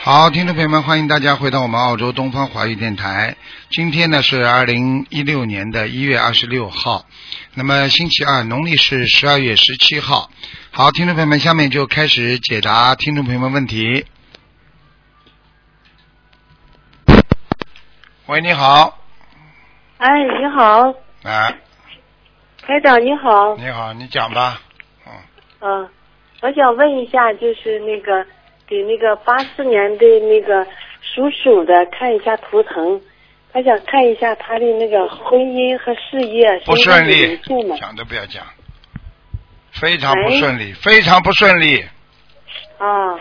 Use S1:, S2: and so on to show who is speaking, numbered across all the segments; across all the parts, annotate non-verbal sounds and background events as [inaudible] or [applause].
S1: 好，听众朋友们，欢迎大家回到我们澳洲东方华语电台。今天呢是二零一六年的一月二十六号，那么星期二，农历是十二月十七号。好，听众朋友们，下面就开始解答听众朋友们问题。喂，你好，
S2: 哎，你好，
S1: 啊，
S2: 台长你好，
S1: 你好，你讲吧。
S2: 嗯、我想问一下，就是那个给那个八四年的那个属鼠的看一下图腾，他想看一下他的那个婚姻和事业
S1: 不顺利
S2: 是吗，？
S1: 讲啊都不要讲，非常不顺利，非常不顺利。
S2: 啊，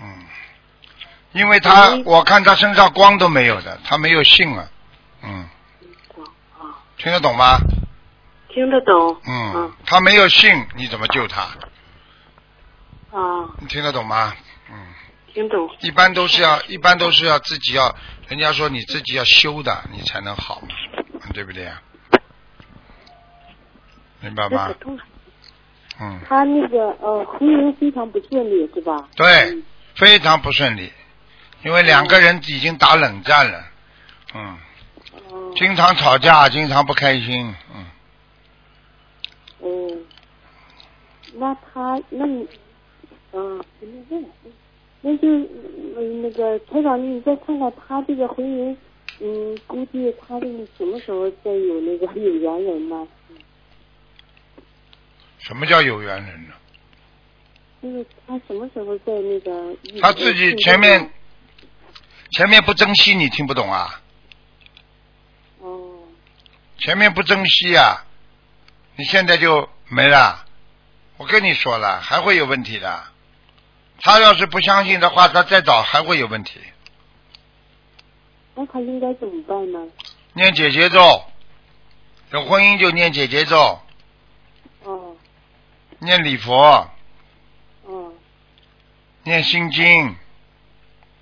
S1: 嗯，因为他、
S2: 嗯
S1: 我看他身上光都没有的，他没有性了。嗯，听得懂吗？
S2: 听得懂
S1: 嗯，
S2: 嗯
S1: 他没有性，你怎么救他？
S2: 啊，
S1: 你听得懂吗？嗯，
S2: 听懂
S1: 一般都是要，一般都是要自己要，人家说你自己要修的，你才能好嘛，对不对呀、明白
S2: 那
S1: 吗
S2: 可？通了。
S1: 嗯，
S2: 他那个呃婚姻非常不顺利是吧？
S1: 对
S2: 嗯，
S1: 非常不顺利，因为两个人已经打冷战了，嗯，
S2: 哦
S1: 经常吵架，经常不开心，嗯。
S2: 嗯，那他那你，嗯，随便问，那就嗯那个台长，你再看看他这个婚姻，嗯，估计他这个什么时候再有那个有缘人呢？
S1: 什么叫有缘人呢？
S2: 就是他什么时候在那个遇
S1: 他自己前面前面不珍惜，你听不懂啊？
S2: 哦，
S1: 前面不珍惜啊，你现在就没了。我跟你说了，还会有问题的。他要是不相信的话，他再找还会有问题。
S2: 那他应该怎么办呢？
S1: 念姐姐咒，有婚姻就念姐姐咒，
S2: 哦
S1: 念礼佛，
S2: 哦，
S1: 念心经，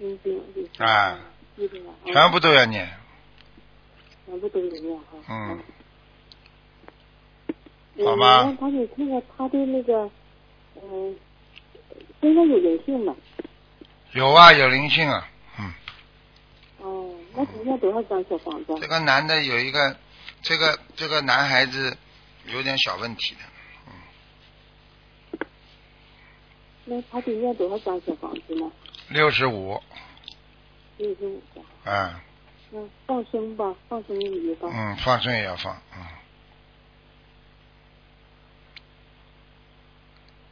S2: 嗯对对，
S1: 啊，
S2: 记住了，啊
S1: 全部都要念。
S2: 全部都有念哈。
S1: 嗯，
S2: 嗯
S1: 好吗
S2: 让他给看看他的那个，嗯、身上有人性吗？
S1: 有啊，有灵性啊。
S2: 哦，那只剩多少张小房子？
S1: 这个男的有一个，这个这个男孩子有点小问题的。
S2: 那他得念多少张小房子呢？
S1: 六十五，
S2: 六十五张。
S1: 啊，
S2: 那放生吧，放生一个吧。
S1: 嗯，放生也要放，嗯，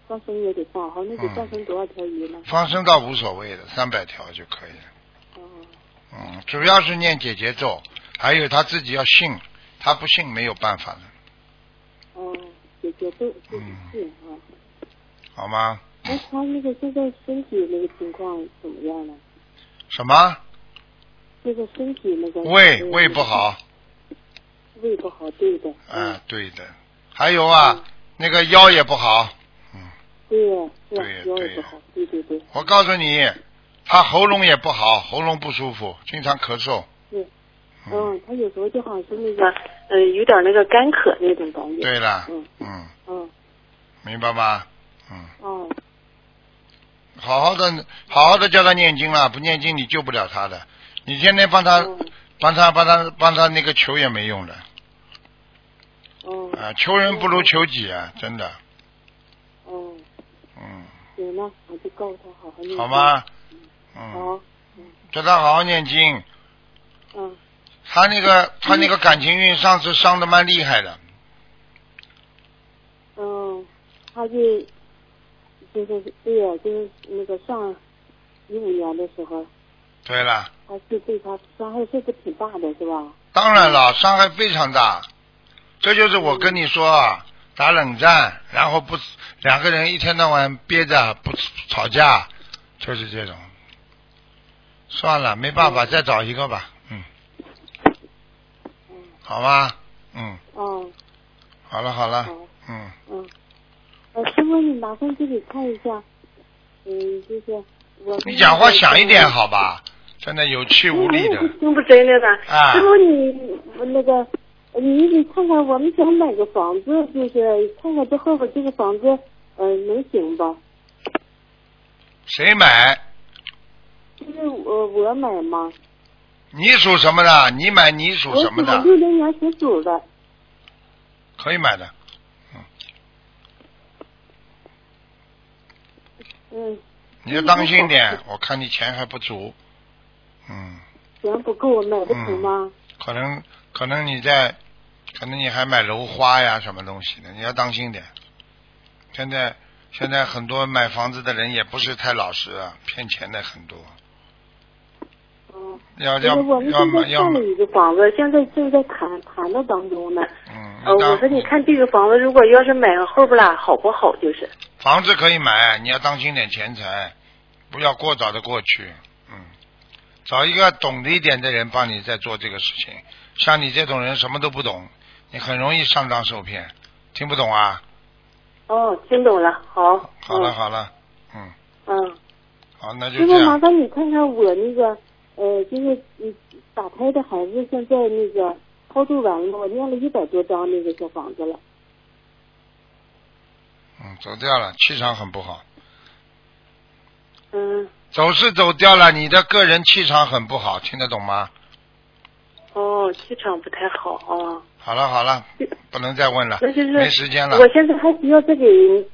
S2: 放生也得放，好，那得放生多少条鱼呢？
S1: 嗯放生倒无所谓的，三百条就可以了，
S2: 哦，
S1: 嗯，主要是念姐姐咒，还有他自己要信，他不信没有办法了，
S2: 哦，姐姐都自己是
S1: 嗯
S2: 啊。
S1: 好吗？
S2: 那他那个现在身体那个情况怎么样了？
S1: 什么
S2: 这个身体那个嗯
S1: 胃胃不，好？
S2: 胃不好，对的。嗯，
S1: 啊，对的，还有啊
S2: 嗯，
S1: 那个腰也不好，
S2: 对呀，是啊
S1: 对呀，
S2: 腰
S1: 对呀
S2: 也不好，对对对。
S1: 我告诉你，他喉咙也不好，喉咙不舒服，经常咳嗽，
S2: 嗯，他有时候就好像是那个，呃，有点那个干渴那种感觉。
S1: 对了，
S2: 嗯
S1: 嗯，
S2: 嗯，
S1: 明白吗？嗯，
S2: 哦，
S1: 好好的，好好的教他念经了，不念经你救不了他的。你天天帮他、
S2: 哦，
S1: 帮他、帮他、帮他那个求也没用的
S2: 哦，
S1: 啊！求人不如求己啊，真的。
S2: 哦，
S1: 嗯，
S2: 行了，我就告诉他好好念。
S1: 好？吗？嗯，
S2: 好，
S1: 叫他好好念经。
S2: 嗯，
S1: 他那个他那个感情运上次伤的蛮厉害的，
S2: 嗯，他就就是对呀，就是那个上一五年的时候，
S1: 对了，
S2: 他是对他伤害是不挺大的，是吧？
S1: 当然了，伤害非常大。这就是我跟你说啊，打冷战，然后不两个人一天到晚憋着不吵架，就是这种。算了，没办法，再找一个吧。嗯，
S2: 嗯，
S1: 好吧，嗯，
S2: 哦，
S1: 好了好了，
S2: 好，
S1: 嗯，
S2: 嗯，呃，师傅，你麻烦自己看一下，嗯，就是我。
S1: 你讲话响一点。好吧，真的有气无力的
S2: 我也是听不真的呢。
S1: 啊
S2: 师傅，你那个，你得看看，我们想买个房子，就是看看这后边这个房子，呃，能行吧？
S1: 谁买？
S2: 就是我我买吗？
S1: 你属什么的？你买你属什么
S2: 我
S1: 的
S2: 属？六零年属鼠的，
S1: 可以买的。
S2: 嗯，
S1: 你要当心点，我看你钱还不足。嗯，
S2: 钱不够，我买不成吗？
S1: 可能可能你在，可能你还买楼花呀什么东西的，你要当心点。现在现在很多买房子的人也不是太老实啊，骗钱的很多。
S2: 嗯，
S1: 要
S2: 因
S1: 要
S2: 为我
S1: 啊
S2: 们
S1: 要
S2: 现
S1: 买
S2: 在
S1: 要
S2: 看
S1: 买
S2: 了，一个房子，现在正在谈谈的当中呢。
S1: 嗯，
S2: 呃，我
S1: 当
S2: 说你看这个房子，如果要是买了后边啦，好不好？就是，
S1: 房子可以买，你要当心点钱财，不要过早的过去。嗯，找一个懂的一点的人帮你在做这个事情。像你这种人什么都不懂，你很容易上当受骗。听不懂啊？
S2: 嗯哦，听懂了，好，
S1: 好了好了，嗯，
S2: 嗯，嗯，
S1: 好，那就
S2: 师傅
S1: 这
S2: 麻
S1: 样。
S2: 烦你看看我那个，呃，就是嗯，打胎的孩子现在那个操作完了，我念了一百多张那个小房子了，
S1: 嗯，走掉了，气场很不好，
S2: 嗯，
S1: 走是走掉了，你的个人气场很不好，听得懂吗？
S2: 哦，气场不太好啊。
S1: 好了好了，不能再问了
S2: 那就，是
S1: 没时间了
S2: 我。现在还需要再给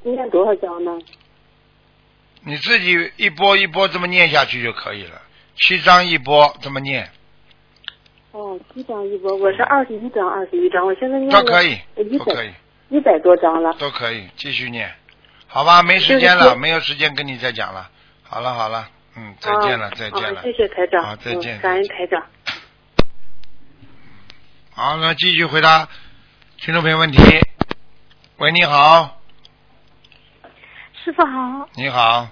S2: 念多少张呢？
S1: 你自己一波一波这么念下去就可以了，七张一波这么念。
S2: 哦，七张一波，我是二十一张，二十一张，我现在念
S1: 都
S2: 了呃
S1: 可以，
S2: 一
S1: 都可
S2: 百
S1: 以，
S2: 一百多张了。
S1: 都可以，继续念，好吧？没时间了，没有时间跟你再讲了。好了好了，嗯，再见了，
S2: 啊
S1: 再见
S2: 啊
S1: 了
S2: 谢。谢台长，
S1: 好再见
S2: 嗯感恩台长。
S1: 好，那继续回答听众朋友问题。喂，你好，
S3: 师傅好，
S1: 你好，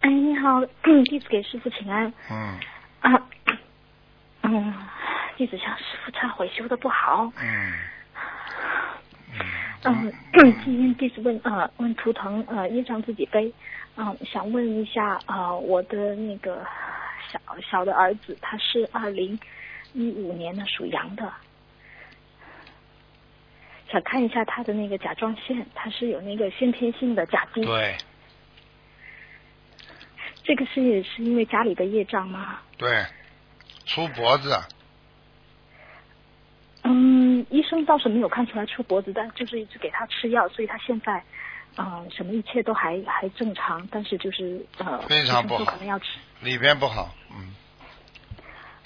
S3: 哎，你好，弟子给师傅请安
S1: 嗯
S3: 啊，嗯，弟子向师傅忏悔修的不好，
S1: 嗯
S3: 嗯，今天弟子问呃问图腾呃业障自己背，嗯、想问一下呃我的那个小小的儿子他是二零一五年的属羊的，想看一下他的那个甲状腺，他是有那个先天性的甲
S2: 嗯
S3: 基，
S1: 对
S3: 这个是也是因为家里的业障吗？
S1: 对，粗脖子，
S3: 嗯，医生倒是没有看出来出脖子，但就是一直给他吃药，所以他现在，嗯、什么一切都还还正常，但是就是呃，
S1: 非常不好
S3: 医生说可能要吃
S1: 里边不好，嗯，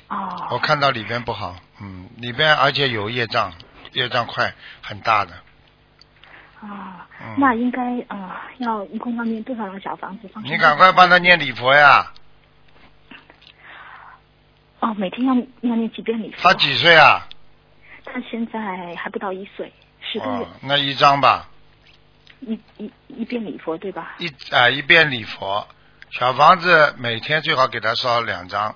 S1: 我
S3: 哦，
S1: 看到里边不好，嗯，里边而且有业障，业障块很大的，
S3: 啊、
S1: 嗯
S3: 那应该呃，要一共要念多少张小房子？放生
S1: 你赶快帮他念礼佛呀，
S3: 哦，每天要要念几遍礼佛？
S1: 他几岁啊？
S3: 他现在还不到一岁，十个月
S1: 哦，，那一张吧，
S3: 一一一遍礼佛对吧？
S1: 一啊、一遍礼佛，小房子每天最好给他烧两张，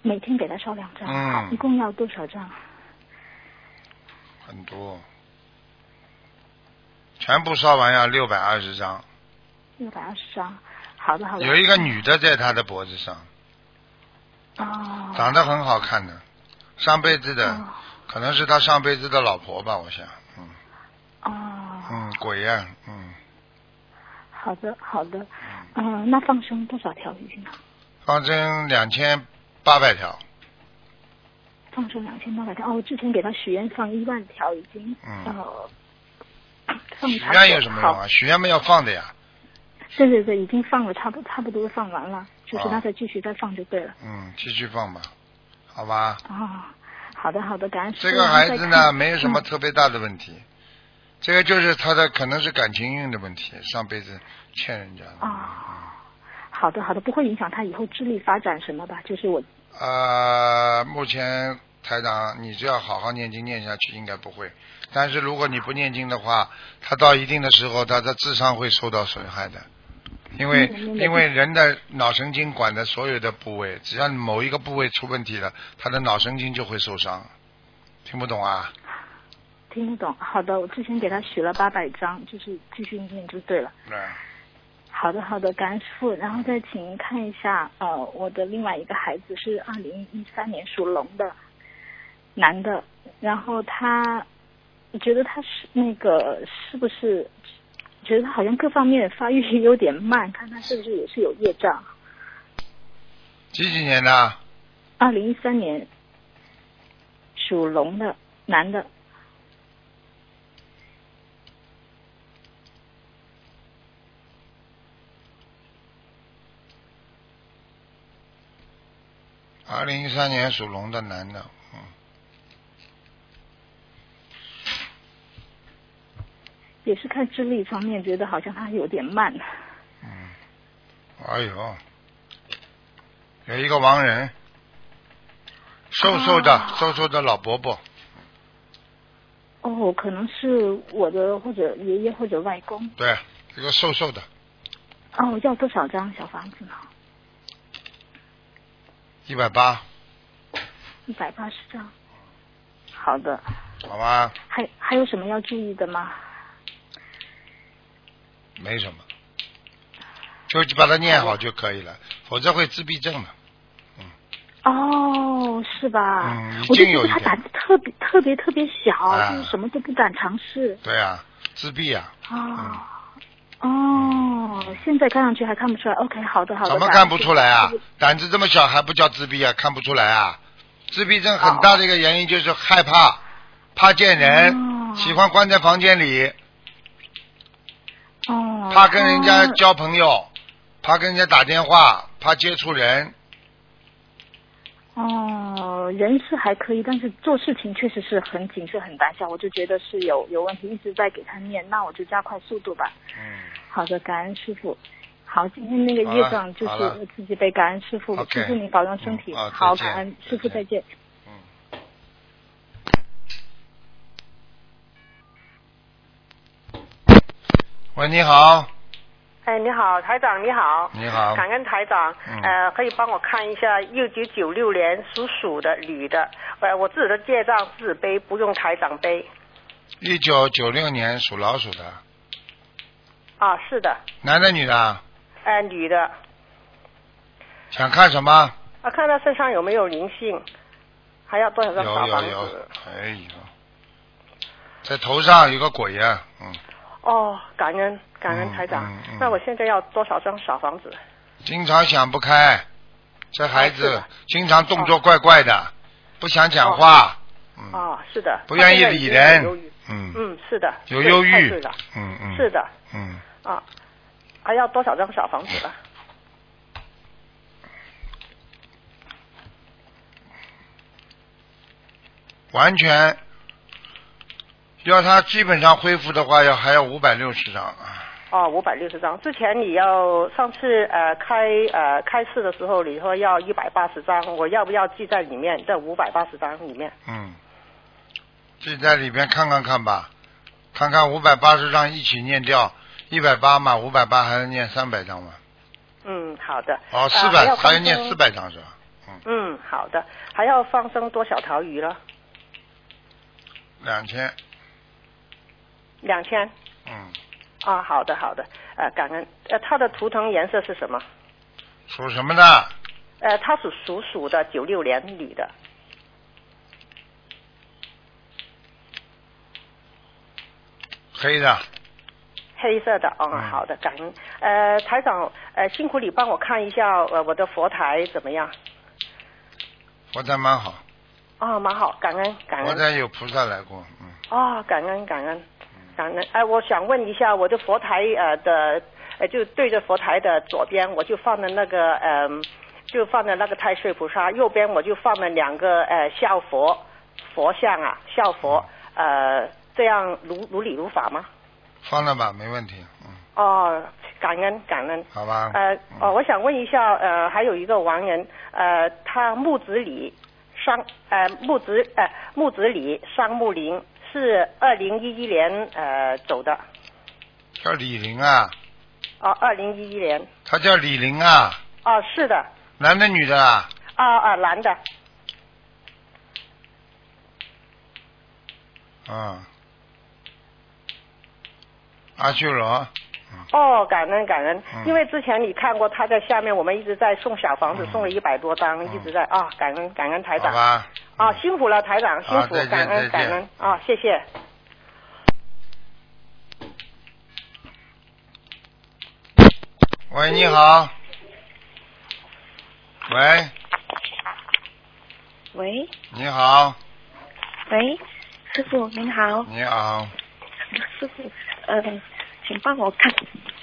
S3: 每天给他烧两张，
S1: 嗯
S3: 好一共要多少张？
S1: 很多，全部烧完要六百二十张。
S3: 六百二十张。好的好的。
S1: 有一个女的在他的脖子上，
S3: 哦。
S1: 长得很好看的，上辈子的，
S3: 哦
S1: 可能是他上辈子的老婆吧，我想，嗯
S3: 哦
S1: 嗯，鬼呀、嗯，
S3: 好的，好的，嗯、那放生多少条鱼呢？
S1: 方针两千八百条，
S3: 放生两千八百条。哦，我之前给他许愿放一万条，已经、
S1: 嗯
S3: 呃放
S1: 许
S3: 差不
S1: 愿
S3: 多
S1: 有什么用
S3: 好
S1: 啊？许愿嘛要放的呀，
S3: 对对对，已经放了，差不差不多放完了，就是
S1: 啊
S3: 那再继续再放就对了。
S1: 嗯，继续放吧，好吧。
S3: 哦，好的好的，感恩师
S1: 这
S3: 父。
S1: 个孩子
S3: 再
S1: 呢，
S3: 看
S1: 没有什么
S3: 嗯
S1: 特别大的问题，这个就是他的可能是感情运的问题，上辈子欠人家的。
S3: 啊好的好的，不会影响他以后智力发展什么吧？就是我
S1: 呃，目前台长，你只要好好念经念下去，应该不会。但是如果你不念经的话，他到一定的时候，他的智商会受到损害的。因为
S3: 嗯明白
S1: 因为人的脑神经管的所有的部位，只要某一个部位出问题了，他的脑神经就会受伤。听不懂啊？
S3: 听不懂。好的，我之前给他许了八百张，就是继续念就对了。
S1: 嗯。
S3: 好的，好的，感恩师傅。然后再请您看一下，呃，我的另外一个孩子是二零一三年属龙的男的，然后他，你觉得他是那个是不是？觉得他好像各方面发育有点慢，看他是不是也是有业障？
S1: 几几年的？
S3: 二零一三年属龙的男的，
S1: 二零一三年属龙的男的，嗯，
S3: 也是看智力方面，觉得好像他有点慢。
S1: 嗯哎呦，有一个亡人，瘦瘦的、
S3: 啊
S1: 瘦瘦的老伯伯，
S3: 哦，可能是我的或者爷爷或者外公。
S1: 对，一个瘦瘦的，
S3: 哦，要多少张小房子呢？
S1: 一百八，
S3: 一百八十张。好的，
S1: 好吧，
S3: 还还有什么要注意的吗？
S1: 没什么，就把它念好就可以了，否则会自闭症的。
S3: 哦，是吧？
S1: 嗯已
S3: 我就
S1: 经有
S3: 觉得
S1: 一
S3: 他
S1: 点
S3: 胆子特别特别特别小，
S1: 啊
S3: 就是什么都不敢尝试。
S1: 对啊，自闭啊，
S3: 哦，哦，现在看上去还看不出来。OK，好的好的。
S1: 怎么
S3: 感
S1: 看不
S3: 谢
S1: 出来啊？胆子这么小还不叫自闭啊？看不出来啊？自闭症很大的一个原因就是害怕，怕见人，
S3: 哦
S1: 喜欢关在房间里，
S3: 哦。
S1: 怕跟人家
S3: 他
S1: 交朋友，怕跟人家打电话，怕接触人。
S3: 哦，人是还可以，但是做事情确实是很谨慎、很胆小，我就觉得是有有问题，一直在给他念，那我就加快速度吧。
S1: 嗯，
S3: 好的，感恩师傅。好，今天那个
S1: 好
S3: 业
S1: 了
S3: 障就
S1: 好
S3: 是
S1: 了
S3: 我自己背，感恩师傅，
S1: OK
S3: 师傅你保重身体。
S1: 嗯啊
S3: 好，
S1: 再见
S3: 感恩师傅，
S1: 再
S3: 再见。
S1: 喂，你好，
S4: 哎，你好，台长，你好。
S1: 你好，
S4: 感恩台长，
S1: 嗯
S4: 呃，可以帮我看一下一九九六年属鼠的女的，呃，我自己的借账自己背，不用台长背。
S1: 一九九六年属老鼠的，
S4: 啊，是的，
S1: 男的女的啊？
S4: 呃，女的，
S1: 想看什么？
S4: 啊，看她身上有没有灵性，还要多少
S1: 有
S4: 张小
S1: 有
S4: 房
S1: 有
S4: 子？，
S1: 哎呦，在头上有个鬼呀、嗯，
S4: 哦，感恩感恩
S1: 嗯
S4: 台长、
S1: 嗯嗯
S4: 那我现在要多少张小房子？
S1: 经常想不开，这孩
S4: 哦是
S1: 子
S4: 的
S1: 经常动作怪怪的，不想讲话，嗯，
S4: 哦，是的，
S1: 不愿意
S4: 她现在已
S1: 理
S4: 经有
S1: 人
S4: 忧郁，
S1: 嗯，
S4: 嗯，是的，
S1: 有
S4: 对
S1: 忧
S4: 太
S1: 郁
S4: 对了，，
S1: 嗯嗯，
S4: 是，的，
S1: 嗯，
S4: 啊，还要多少张小房子了？
S1: 完全，要他基本上恢复的话，要还要五百六十张，
S4: 哦，五百六十张。之前你要上次呃开呃开市的时候，你说要一百八十张，我要不要记在里面？这五百八十张里面？
S1: 嗯，自己在里边看看看吧，看看五百八十张一起念掉，一百八嘛，五百八还能念三百张嘛，
S4: 嗯，好的。
S1: 哦，四
S4: 呃还
S1: 百
S4: 要
S1: 还
S4: 放
S1: 要念
S4: 生
S1: 四百张是吧？
S4: 嗯，好的。还要放生多少条鱼了？
S1: 两千，
S4: 两千。
S1: 嗯，
S4: 啊，好的好的。呃，感恩。呃，它的图腾颜色是什么？
S1: 属什么的？
S4: 呃，它属属鼠的，九六年女的。
S1: 黑的，
S4: 黑色的，哦，
S1: 嗯
S4: 好的，感恩。呃，台长，呃，辛苦你帮我看一下，呃，我的佛台怎么样？
S1: 佛台蛮好，
S4: 啊、蛮好，感恩，感
S1: 佛
S4: 恩。
S1: 台有菩萨来过，嗯，
S4: 啊、感恩感恩感恩！哎，我想问一下，我的佛台呃的，呃就对着佛台的左边，我就放了那个嗯、就放了那个太岁菩萨，右边我就放了两个呃笑佛佛像啊，笑佛，呃，这样如如理如法吗？
S1: 放了吧，没问题，嗯，
S4: 哦，感恩感恩。
S1: 好吧，
S4: 呃，哦，我想问一下，呃，还有一个亡人，呃，他木子李商，呃，木子，呃，木子李商木林是二零一一年呃走的，
S1: 叫李玲啊，
S4: 哦，二零一一年，
S1: 他叫李玲啊，
S4: 哦，是的，
S1: 男的女的啊？
S4: 啊啊，男的，
S1: 嗯，阿修罗，
S4: 哦，感恩感恩
S1: 嗯，
S4: 因为之前你看过他在下面，我们一直在送小房子，
S1: 嗯
S4: 送了一百多张，一直在啊、感恩感恩台
S1: 好
S4: 长，
S1: 吧，
S4: 啊，辛苦了台长，辛
S1: 好
S4: 苦
S1: 再见，
S4: 感
S1: 再
S4: 恩
S1: 见
S4: 感恩，啊，谢谢。
S1: 喂，你好，喂，
S5: 喂
S1: 你好，
S5: 喂，师傅您好，
S1: 你好，
S5: 师傅，呃，请帮我看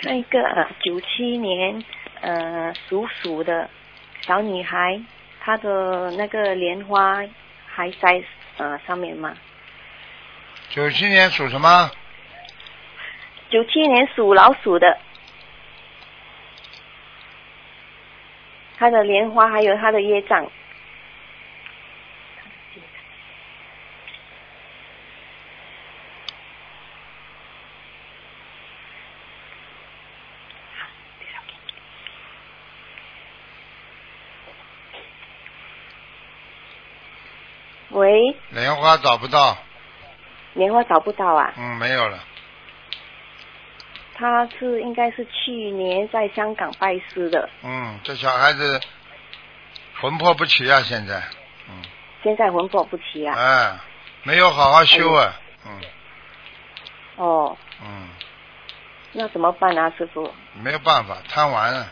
S5: 看一个九七年呃属鼠的小女孩，她的那个莲花还在呃上面吗？
S1: 九七年属什么？
S5: 九七年属老鼠的，她的莲花还有她的业障，喂，
S1: 莲花找不到，
S5: 莲花找不到啊？
S1: 嗯，没有了，
S5: 他是应该是去年在香港拜师的，
S1: 嗯，这小孩子魂魄不齐啊，现在，嗯，
S5: 现在魂魄不齐啊。
S1: 哎，没有好好修啊，嗯
S5: 哦，
S1: 嗯，
S5: 那怎么办啊，师傅？
S1: 没有办法，贪玩了，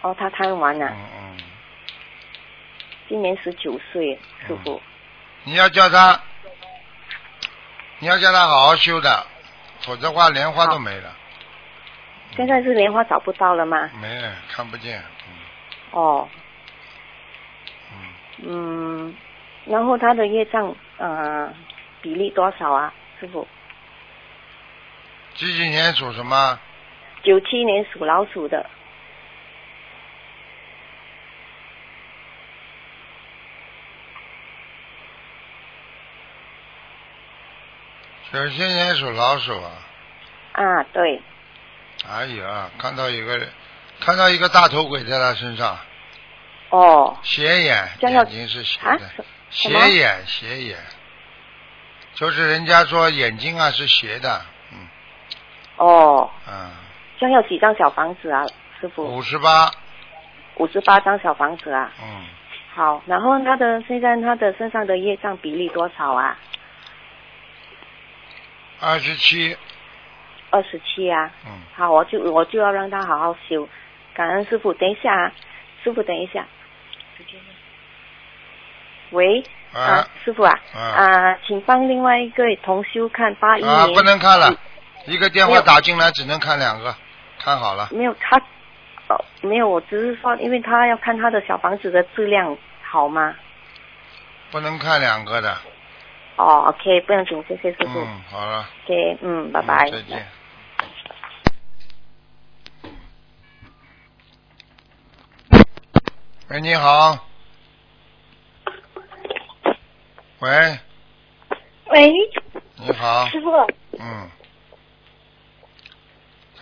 S5: 哦，他贪玩啊，
S1: 嗯嗯，
S5: 今年十九岁，师傅。
S1: 嗯你要叫他，你要叫他好好修的，否则话莲花都没了，
S5: 现在是莲花找不到了吗？
S1: 没了，看不见，
S5: 哦，
S1: 嗯
S5: 嗯，然后他的业障呃比例多少啊，师傅？
S1: 嗯，几几年属什么？
S5: 九七年属老鼠的，
S1: 九七年属老鼠啊。
S5: 啊，对，
S1: 哎呀，看到一个人，看到一个大头鬼在他身上，
S5: 哦，
S1: 斜眼，
S5: 这样要
S1: 眼睛是斜
S5: 啊
S1: 的，，
S5: 什
S1: 斜
S5: 么
S1: 眼，斜眼，就是人家说眼睛啊是斜的，嗯
S5: 哦，
S1: 嗯，
S5: 这样要几张小房子啊，师傅？
S1: 五十八，
S5: 五十八张小房子啊。
S1: 嗯，
S5: 好，然后他的现在他的身上的业障比例多少啊？
S1: 二十七，
S5: 二十七啊。
S1: 嗯，
S5: 好，我就我就要让他好好修。感恩师傅，等一下啊，师傅等一下。喂，
S1: 啊
S5: 师傅啊，
S1: 啊
S5: 啊，请帮另外一个同修看八一年。
S1: 啊，不能看了，一个电
S5: 没
S1: 话
S5: 有
S1: 打进来只能看两个，看好了，
S5: 没有他，哦，没有，我只是说，因为他要看他的小房子的质量好吗？
S1: 不能看两个的，
S5: 哦，OK，不用紧，谢谢师傅。
S1: 嗯，好了。
S5: OK，嗯，拜拜。
S1: 嗯再见。喂，你好。喂，
S6: 喂，
S1: 你好，
S6: 师傅，
S1: 嗯，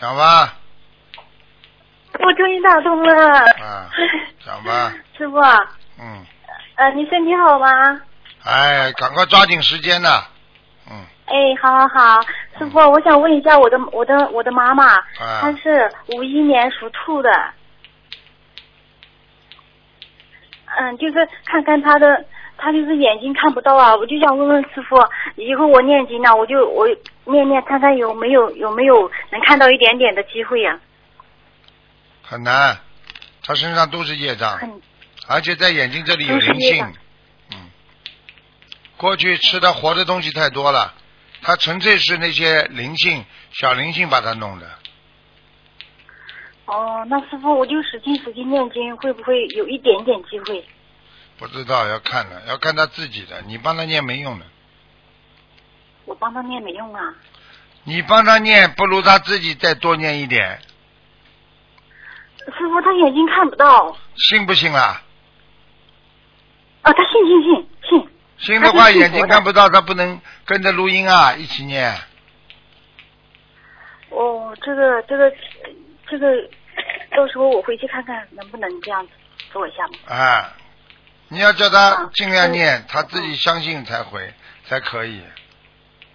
S1: 讲吧，
S6: 我终于打通了。
S1: 啊，讲吧，
S6: 师傅，呃，
S1: 嗯，
S6: 你身体好吗？
S1: 哎，赶快抓紧时间呐，嗯，
S6: 哎，好好好，师傅，我想问一下我的我的我的妈妈，
S1: 啊
S6: 她，是五一年属兔的，嗯，就是看看她的，她就是眼睛看不到啊，我就想问问师傅，以后我念经呢，我就我念念看看有没有有没有能看到一点点的机会呀、
S1: 很难，他身上都是业障，
S6: 很
S1: 而且在眼睛这里有灵
S6: 都是业障
S1: 性。嗯，过去吃的活的东西太多了，它纯粹是那些灵性、小灵性把它弄的。
S6: 哦，那师傅我就使劲使劲念经，会不会有一点点机会？
S1: 不知道要看的，要看他自己的，你帮他念没用的，
S6: 我帮他念没用啊。
S1: 你帮他念不如他自己再多念一点，
S6: 师傅他眼睛看不到，
S1: 信不信啊？
S6: 啊，他信信信信，
S1: 信的话
S6: 他是信佛的
S1: 眼睛看不到，他不能跟着录音啊，一起念。
S6: 哦，这个这个这个，到时候我回去看看能不能这样子做一下嘛。
S1: 啊，你要叫他
S6: 啊
S1: 尽量
S6: 对
S1: 念，他自己相信才回才可以。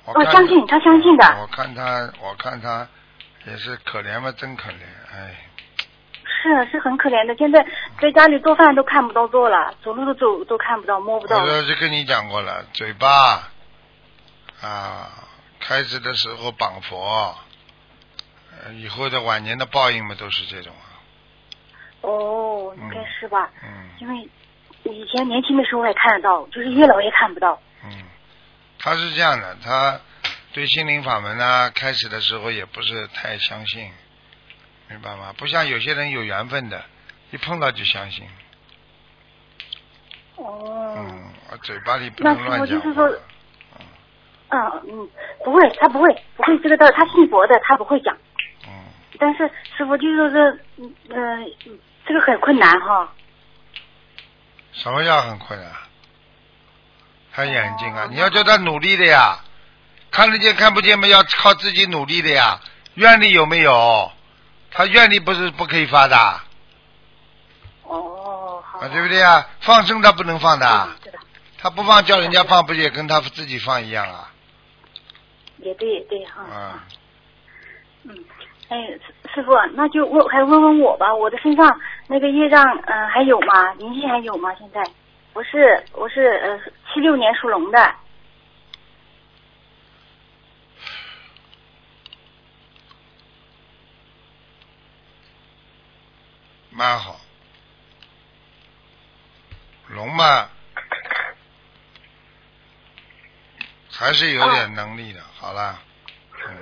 S1: 我
S6: 哦
S1: 看哦
S6: 相信他啊相信的
S1: 我看他，我看他也是可怜嘛，真可怜，哎，
S6: 是是很可怜的，现在在家里做饭都看不到做了，走路都走都看不到摸不
S1: 我
S6: 到。
S1: 说就跟你讲过了，嘴巴啊，开始的时候绑佛，呃以后的晚年的报应嘛都是这种啊。
S6: 哦，应该是吧，
S1: 嗯
S6: 因为以前年轻的时候也看得到，就是越老越看不到。
S1: 嗯，他是这样的，他对心灵法门呢、开始的时候也不是太相信，明白吗？不像有些人有缘分的，一碰到就相信，
S6: 哦，
S1: 嗯，啊嘴巴里不
S6: 那
S1: 能乱
S6: 我就
S1: 讲
S6: 是
S1: 话
S6: 说嗯嗯，不会，他不会，不会这个道理，他信佛的，他不会讲。
S1: 嗯，
S6: 但是师傅就是说是，嗯呃，这个很困难哈。
S1: 什么叫很困难？他眼睛啊，你要叫他努力的呀，看得见看不见嘛，要靠自己努力的呀。愿力有没有？他愿力不是不可以发的啊，
S6: 哦，好。
S1: 对不对啊？放生他不能放的啊
S6: 嗯，知道
S1: 他不放叫人家放，不也跟他自己放一样啊？
S6: 也对，也对哈。
S1: 啊，
S6: 嗯，哎，师师傅，那就问，还问问我吧，我的身上那个业障，嗯、还有吗？灵性还有吗？现在我是我是呃七六年属龙的，
S1: 蛮好。龙嘛，还是有点能力的。好了，嗯，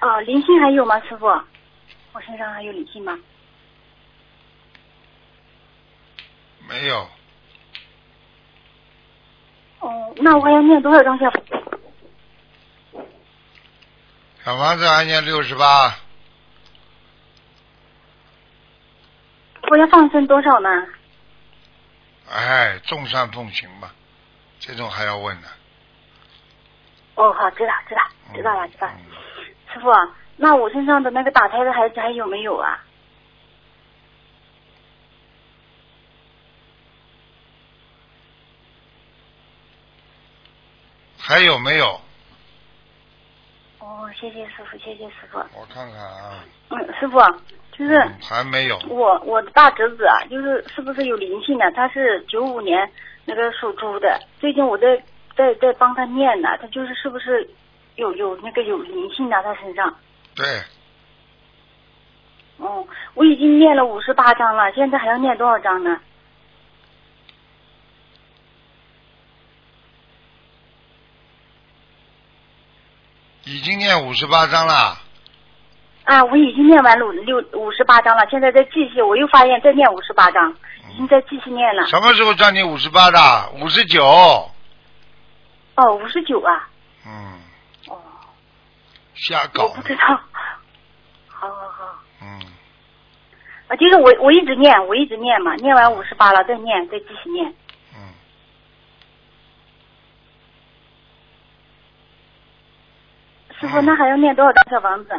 S6: 哦，灵性还有吗？师傅，我身上还有灵性吗？
S1: 没有。
S6: 哦，那我还要念多少张小？
S1: 小房子还念六十八，
S6: 我要放生多少呢？
S1: 哎，众善奉行嘛，这种还要问呢、
S6: 哦，好，知道知道
S1: 嗯
S6: 知道了知道了。
S1: 嗯
S6: 师傅，那我身上的那个打胎的孩子还有没有啊？
S1: 还有没有？
S6: 哦，谢谢师傅，谢谢师傅。
S1: 我看看啊，
S6: 嗯，师傅，就是
S1: 嗯、还没有，
S6: 我我的大侄子啊，就是是不是有灵性呢？他是九五年那个属猪的，最近我在在在帮他念呢，他就是是不是有有那个有灵性啊呢？他身上，
S1: 对，
S6: 哦，我已经念了五十八章了，现在还要念多少章呢？
S1: 已经念五十八章了，
S6: 啊，我已经念完了五六五十八章了，现在在继续，我又发现再念五十八章，已经在继续念了。
S1: 嗯什么时候叫你五十八的？五十九，
S6: 哦，五十九啊，
S1: 嗯，
S6: 哦，
S1: 瞎
S6: 我
S1: 搞
S6: 不
S1: 呢，
S6: 知道。好好好，
S1: 嗯，
S6: 啊，就是我我一直念，我一直念嘛，念完五十八了再念，再继续念。
S1: 嗯，
S6: 师
S1: 嗯
S6: 傅，那还要念多少张小房子？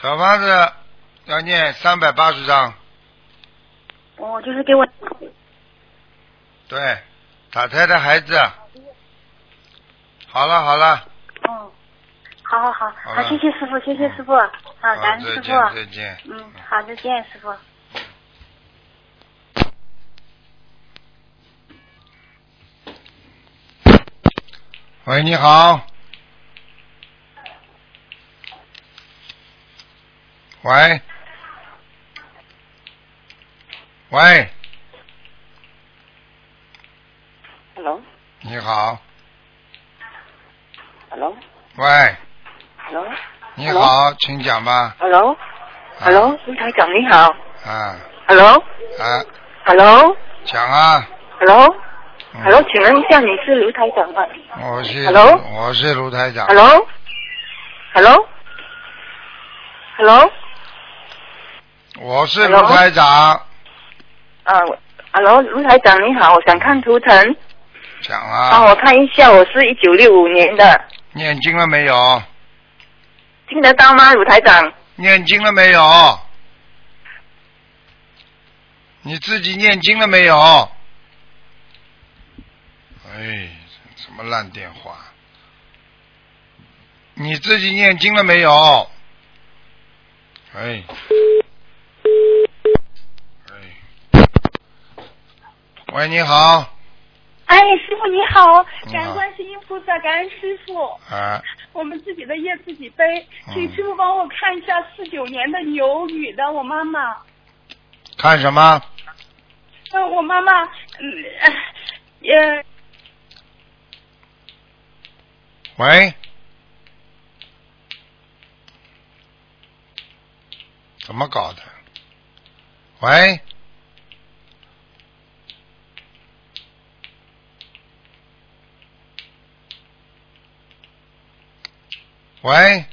S1: 小房子要念三百八十章，
S6: 哦，就是给我
S1: 对，打胎的孩子，好了好了，
S6: 哦，好好好，
S1: 好
S6: 好，
S1: 了
S6: 谢谢师
S2: 哦
S6: 傅，谢谢师傅，啊，感恩
S1: 好
S6: 师
S1: 再
S6: 傅，
S1: 见再见，
S6: 嗯，好，再见，师傅。
S1: 喂，你好。喂，喂，
S5: Hello，Hello，Hello，
S1: 你好，喂，你好，请讲吧。
S5: Hello，
S1: 啊
S5: Hello，卢台长你好
S1: 啊
S5: ，Hello，Hello，Hello，Hello，
S1: 啊，讲啊。嗯
S5: 请问一下你是卢台长吗
S1: 我是
S5: Hello？
S1: 我是卢台长。
S5: ？Hello，Hello，Hello，
S1: 我是卢
S5: Hello？
S1: 台长，
S5: 啊，Hello，卢台长你好，我想看图腾，
S1: 讲
S5: 帮
S1: 啊。
S5: 我看一下，我是一九六五年的，
S1: 念经了没有？
S5: 听得到吗，卢台长？
S1: 念经了没有？你自己念经了没有？哎，什么烂电话！你自己念经了没有？哎，哎，喂，你好，
S7: 哎，师傅你好，感
S1: 你好
S7: 恩观世音菩萨，感恩师傅。
S1: 啊，
S7: 我们自己的业自己背，请师傅帮我看一下四九年的牛女的我妈妈。
S1: 看什么？
S7: 嗯、我妈妈，嗯，呃，呃
S1: 喂，怎么搞的？喂，喂，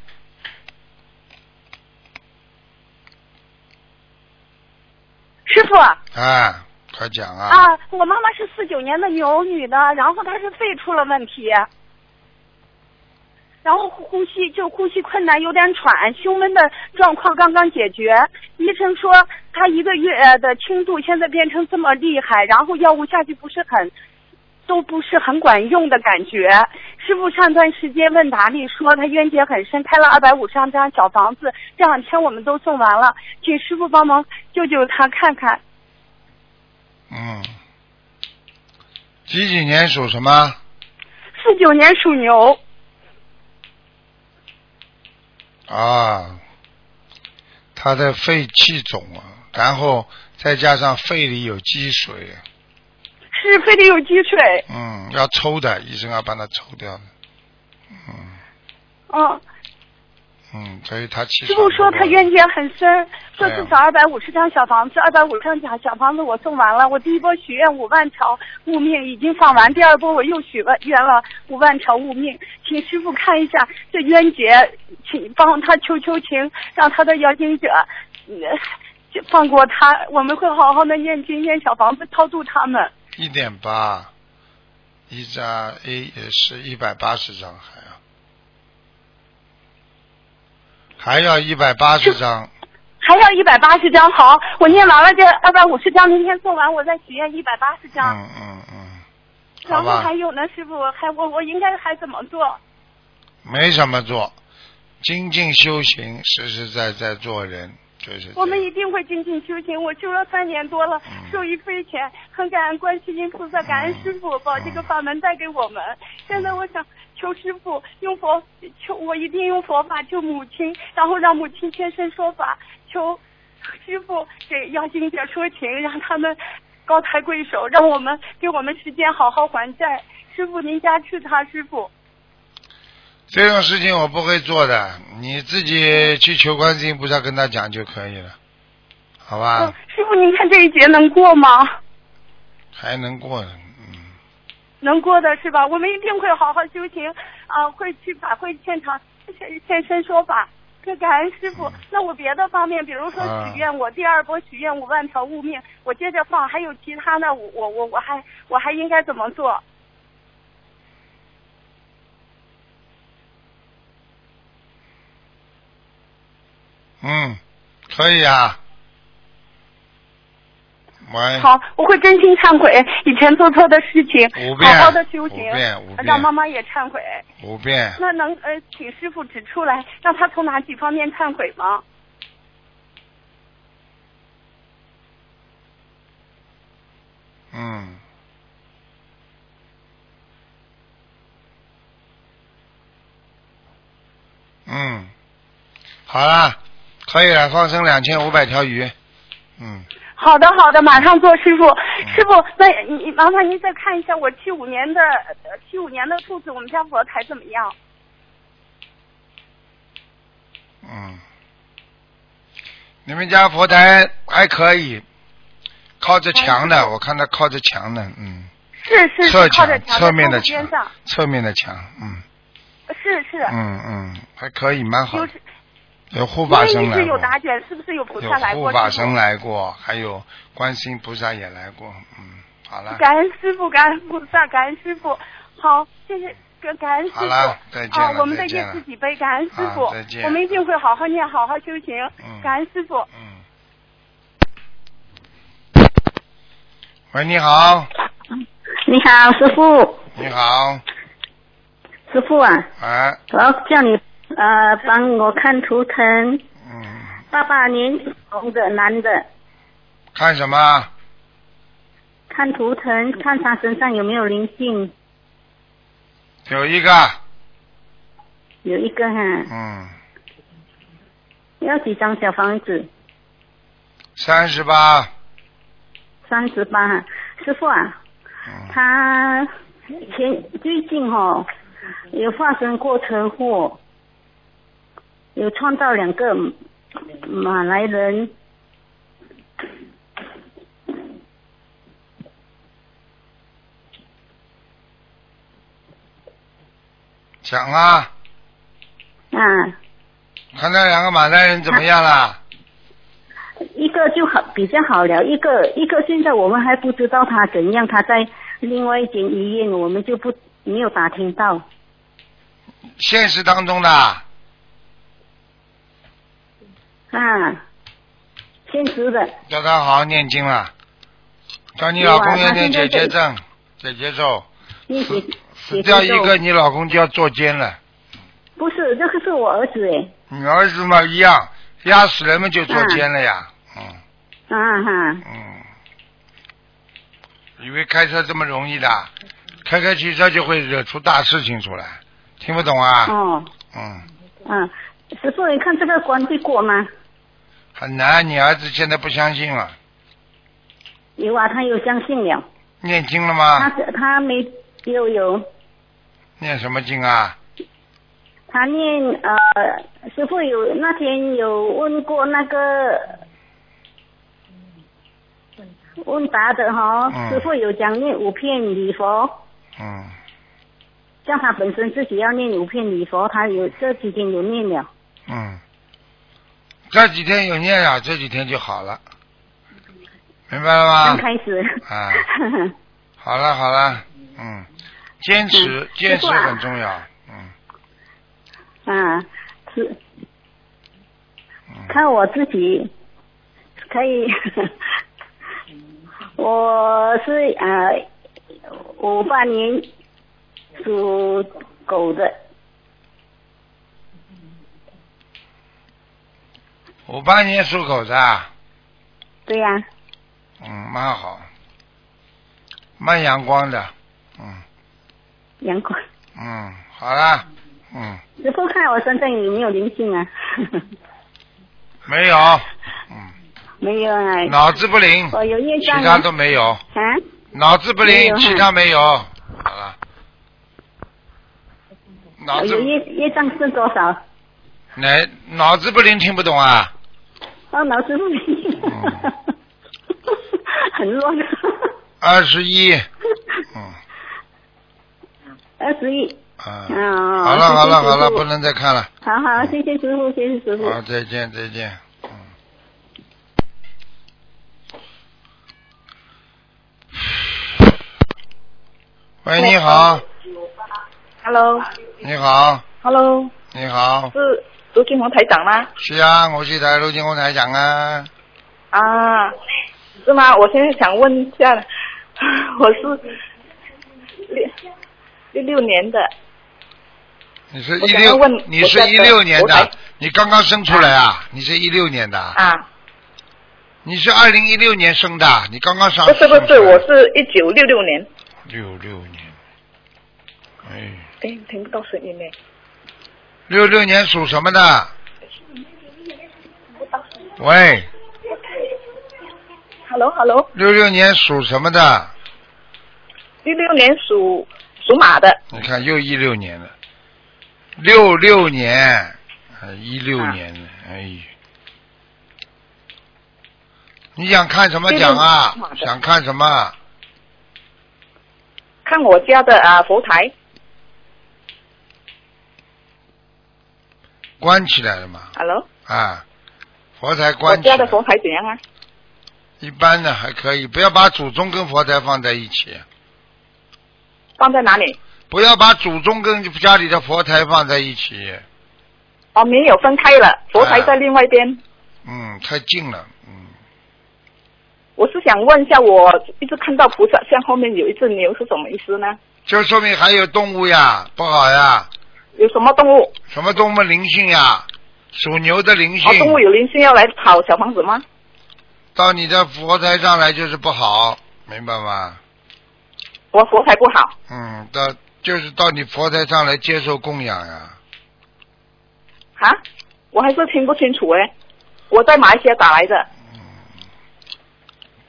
S7: 师傅
S1: 啊，快讲啊！
S7: 啊，我妈妈是四九年的牛女的，然后她是肺出了问题，然后呼吸就呼吸困难，有点喘，胸闷的状况刚刚解决。医生说她一个月呃的轻度，现在变成这么厉害，然后药物下去不是很。都不是很管用的感觉。师傅上段时间问答里说她冤结很深，开了二百五十张小房子，这两天我们都送完了，请师傅帮忙救救她看看。
S1: 嗯，几几年属什么？
S7: 四九年属牛，
S1: 啊，他的肺气肿啊，然后再加上肺里有积水，啊
S7: 是非得有积水。
S1: 嗯，要抽的，医生要帮他抽掉的，嗯
S7: 嗯，
S1: 嗯，所以他气
S7: 师
S1: 喘不
S7: 傅
S1: 过
S7: 说他冤结很深，说至少二百五十张小房子，二百五十张小小房子我送完了。我第一波许愿五万条物命已经放完，第二波我又许愿愿了五万条物命，请师傅看一下这冤结，请帮他求求情，让他的邀请者。呃就放过他，我们会好好的念经、念小房子，超度他们。
S1: 一点八，一张 A 也是一百八十张，还要还要一百八十
S7: 啊
S1: 张，
S7: 还要一百八十张，好，我念完了这二百五十张，明天送完我再许愿一百八十张。
S1: 嗯嗯嗯，
S7: 然
S1: 好
S7: 后
S1: 吧
S7: 还，有呢，师傅，还我我应该还怎么做？
S1: 没什么做，精进修行，实实在在做人，就是这样
S7: 我们一定会精进修行。我修了三年多了，
S1: 嗯
S7: 受益匪浅，很感恩观世音菩萨，感恩师傅把这个法门带给我们。现在我想求师傅用佛求我一定用佛法救母亲，然后让母亲现身说法，求师傅给妖精姐说情，让他们高抬贵手，让我们给我们时间好好还债。师傅，您加持他，师傅。
S1: 这种事情我不会做的，你自己去求观世音菩萨跟他讲就可以了，好吧？
S7: 嗯，师傅，您看这一节能过吗？
S1: 还能过呢，嗯，
S7: 能过的是吧？我们一定会好好修行，啊、会去法会现场现现身说法。这感恩师傅。那我别的方面，比如说
S1: 嗯啊
S7: 许愿，我第二波许愿五万条物命，我接着放，还有其他的，我我我我还我还应该怎么做？
S1: 嗯，可以啊。喂，
S7: 好，我会真心忏悔以前做错的事
S1: 五
S7: 情，
S1: 遍
S7: 好好的修行
S1: 五遍五，遍
S7: 让妈妈也忏悔。
S1: 五遍，
S7: 那能呃，请师傅指出来，让他从哪几方面忏悔吗？
S1: 嗯，嗯，好啦，可以了，放生两千五百条鱼，嗯，
S7: 好的，好的，马上做，师傅。师傅，那你麻烦您再看一下我七五年的呃七五年的兔子，我们家佛台怎么样？
S1: 嗯，你们家佛台还可以，靠着墙
S7: 嗯
S1: 的，我看它靠着墙的，嗯，
S7: 是是
S1: 侧
S7: 是靠着
S1: 墙，
S7: 墙
S1: 侧面的
S7: 窗户
S1: 墙
S7: 边上，，
S1: 侧面的墙，嗯
S7: 是是， [laughs]
S1: 嗯嗯，还可以，蛮好
S7: 有
S1: 的，有护
S7: 因
S1: 法
S7: 为
S1: 神
S7: 一
S1: 来
S7: 直有
S1: 过，
S7: 打卷，是不是有菩萨来
S1: 有
S7: 过？
S1: 护法
S7: 师
S1: 神
S7: 傅
S1: 来过，还有观世音菩萨也来过，嗯，好了，
S7: 感恩师傅，感恩菩萨，感恩师傅。好，谢谢。感感恩师
S1: 好了
S7: 傅，
S1: 再见
S7: 啊
S1: 了，
S7: 我们
S1: 再
S7: 的
S1: 见
S7: 业
S1: 了
S7: 自己背，感恩师
S1: 啊
S7: 傅
S1: 再，见
S7: 我们一定会好好念，好好修行
S1: 嗯，
S7: 感恩师傅。
S1: 嗯。喂，你好，
S8: 你好，师傅，
S1: 你好，
S8: 师傅啊，
S1: 哎，
S8: 我要叫你呃帮我看图腾，
S1: 嗯，
S8: 爸爸年红的男的，
S1: 看什么？
S8: 看图腾，看他身上有没有灵性，
S1: 有一个，
S8: 有一个哈，
S1: 嗯，
S8: 要几张小房子？
S1: 三十八，
S8: 三十八，师傅啊，
S1: 嗯，
S8: 他前最近哦，有发生过车祸，有撞到两个马来人，
S1: 讲啊，
S8: 啊，
S1: 看那两个马来人怎么样
S8: [laughs]
S1: 了？
S8: 一个就好比较好了，一个一个现在我们还不知道他怎样，他在另外一间医院，我们就不没有打听到，
S1: 现实当中的，
S8: 啊，现实的，
S1: 叫他好好念经了，叫你
S8: 有啊
S1: 老公要
S8: 他
S1: 念
S8: 现
S1: 姐姐
S8: 在在
S1: 症、姐姐咒，
S8: 你
S1: 死
S8: 姐
S1: 死
S8: 姐
S1: 掉
S8: 姐
S1: 一个，你老公就要坐监了。
S8: 不是，这个是我儿子哎，
S1: 你儿子嘛一样，压死人们就坐监了呀。嗯
S8: 啊哈，
S1: 嗯，以为开车这么容易的，开开汽车就会惹出大事情出来，听不懂啊？
S8: 哦。
S1: 嗯，
S8: 嗯，师傅，你看这个关会过吗？
S1: 很难。你儿子现在不相信了，
S8: 有啊，他有相信了，
S1: 念经了
S8: 他
S1: 吗？
S8: 他没有有，
S1: 念什么经啊？
S8: 他念呃，师傅有那天有问过那个问答的哈、
S1: 嗯
S8: 师傅有讲念五片礼佛，
S1: 嗯，
S8: 像他本身自己要念五片礼佛，他有这几天有念了，
S1: 嗯，这几天有念啊，这几天就好了，明白了
S8: 刚
S1: 吗？
S8: 开始。
S1: 啊
S8: [laughs]
S1: 好了好了，嗯，坚持
S8: 嗯
S1: 坚持
S8: 师傅啊
S1: 很重要，嗯
S8: 啊，是
S1: 嗯。
S8: 看我自己可以， [laughs] 我是啊五八年属狗的，
S1: 五八年属狗的啊，
S8: 对呀、
S1: 嗯，蛮好，蛮阳光的，嗯
S8: 阳光。
S1: 嗯，好啦，嗯，
S8: 师傅看我身上有没有灵性啊？ [laughs]
S1: 没有，嗯，
S8: 没有啊，
S1: 脑子不灵，
S8: 哎我有业
S1: 其
S8: 障
S1: 他
S8: 啊
S1: 都。没有，
S8: 啊，
S1: 脑子不
S8: 没
S1: 灵，
S8: 有哈嗯
S1: 其他没有，好了，脑
S8: 我
S1: 子
S8: 有业业障是多少？
S1: 哪脑子不灵听不懂啊？
S8: 哦，脑子不灵
S1: 嗯，
S8: [laughs] 很乱。
S1: 二十一，嗯
S8: 二十一，
S1: 啊，
S8: 嗯
S1: 好了好了好了，
S8: 谢谢师傅
S1: 不能再看了。
S8: 好好，谢谢师傅，谢谢师傅。
S1: 好，再见，再见。嗯。喂，你好，
S9: Hello，Hello，
S1: 你好，你好，
S9: 是卢金红台长吗？
S1: 是啊，我是台陆金红台长啊。
S9: 啊，是吗？我现在想问一
S10: [laughs]
S9: 下，我是六六六年的，
S1: 你是一
S9: 我想要
S1: 六
S9: 问，
S1: 你
S9: 我
S1: 是
S9: 在
S1: 一六年
S9: 我在
S1: 的，你刚刚生出来啊？你是一六年的啊，
S9: 啊，
S1: 你是二零一六年生的，你刚刚上
S9: 不是不
S1: 生出
S9: 是，
S1: 来
S9: 我是一九六六年，
S1: 六六年，哎，
S9: 哎，听不到声音呢。
S1: 六六年属什么的？喂，
S9: Hello，Hello，
S1: 六六年属什么的？
S9: 六六年属属马的，
S1: 你看又一六年了，六六年，一六
S9: 啊
S1: 年了，哎呦，你想看什么讲啊
S9: 66年好？的
S1: 想看什么？
S9: 看我家的啊佛台
S1: 关起来了嘛？
S9: ，Hello，
S1: 啊，佛台
S9: 我
S1: 关起
S9: 家
S1: 来
S9: 的佛台怎样啊？
S1: 一般的还可以，不要把祖宗跟佛台放在一起，
S9: 放在哪里？
S1: 不要把祖宗跟家里的佛台放在一起，
S9: 哦，没有分开了，佛台
S1: 啊
S9: 在另外一边。
S1: 嗯，太近了，嗯。
S9: 我是想问一下，我一直看到菩萨像后面有一只牛，是什么意思呢？
S1: 就说明还有动物呀，不好呀，
S9: 有什么动物？
S1: 什么动物灵性呀？属牛的灵
S9: 啊，
S10: 哦
S1: 性
S9: 动物有灵性要来跑小房子吗？
S1: 到你的佛台上来就是不好，明白吗？
S10: 我佛台不好，
S1: 嗯，到就是到你佛台上来接受供养呀、
S10: 哈，我还是听不清楚哎，我在马来西亚打来的，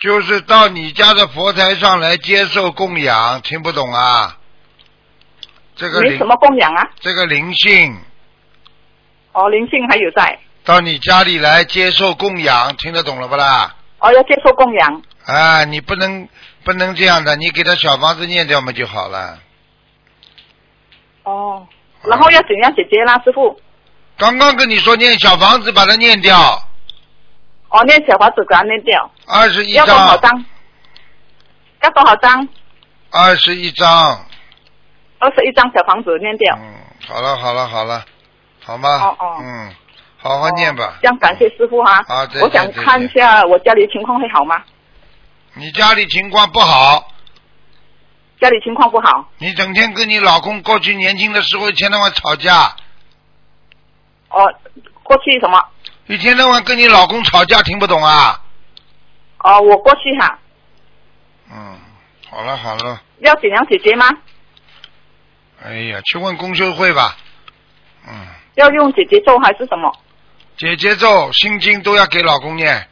S1: 就是到你家的佛台上来接受供养，听不懂啊？这个
S10: 没
S1: 灵
S10: 什么供养啊，
S1: 这个灵性
S10: 哦，灵性还有在，
S1: 到你家里来接受供养，听得懂了不啦？
S10: 哦，要接受供养，
S1: 啊，你不能不能这样的，你给他小房子念掉嘛就好了。
S10: 哦，然后要怎样解决啦，师傅？
S1: 刚刚跟你说念小房子，把它念掉
S10: 哦，念小房子给它念掉，
S1: 二十一
S10: 要多少
S1: 张，
S10: 张？要多少张？
S1: 二十一张。
S10: 二十一张小房子念掉，
S1: 嗯，好了好了好了，好吗？
S10: 哦哦
S1: 嗯，好好念吧。
S10: 这样感谢师傅哈、
S1: 好再见
S10: 我想看一
S1: 再
S10: 下我家里情况会好吗？
S1: 你家里情况不好，
S10: 家里情况不好，
S1: 你整天跟你老公过去年轻的时候一天到晚吵架，
S10: 哦，过去什么？
S1: 一天到晚跟你老公吵架，听不懂啊？
S10: 哦，我过去哈、
S1: 嗯，好了好了，
S10: 要怎样解决吗？
S1: 哎呀，去问公修会吧。嗯，
S10: 要用姐姐咒还是什么？
S1: 姐姐咒、心经都要给老公念，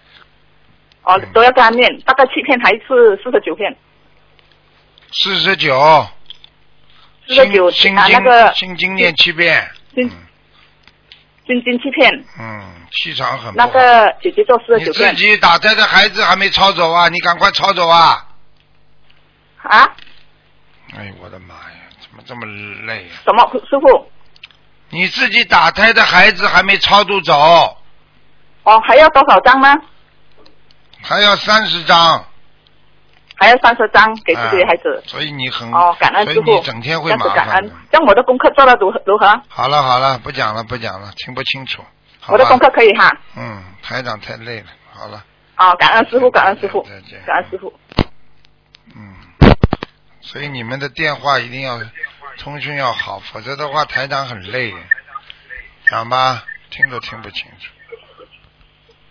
S10: 哦，
S1: 嗯
S10: 都要跟他念，大概七片还是四十九片？
S1: 四十九。
S10: 四十九
S1: 心
S10: 啊，
S1: 经、
S10: 那个
S1: 心经念七遍，
S10: 心心经七片，
S1: 嗯，气场很不
S10: 那
S1: 好。
S10: 个姐姐咒四十
S1: 你
S10: 九
S1: 自
S10: 片
S1: 己打胎的孩子还没抄走啊！你赶快抄走啊！
S10: 啊？
S1: 哎呦我的妈呀，怎么这么累啊？
S10: 什么师傅？
S1: 你自己打胎的孩子还没超度走，
S10: 哦，还要多少张吗？
S1: 还要三十张哎
S10: 还要三十张给自己的孩子。
S1: 所以你很
S10: 哦，感恩
S1: 所以
S10: 师傅
S1: 你，整天
S10: 这
S1: 会
S10: 样
S1: 麻
S10: 子感
S1: 烦
S10: 恩
S1: 的。。
S10: 这样我的功课做得如何如何？
S1: 好了好了，不讲了不讲了，听不清楚。好
S10: 我的
S1: 吧
S10: 功课可以哈。
S1: 嗯，台长太累了，好了，
S10: 哦，感恩师傅，感恩师傅
S1: 再见，
S10: 感恩师傅。
S1: 嗯。所以你们的电话一定要通讯要好，否则的话台长很累的。讲吧，听都听不清楚。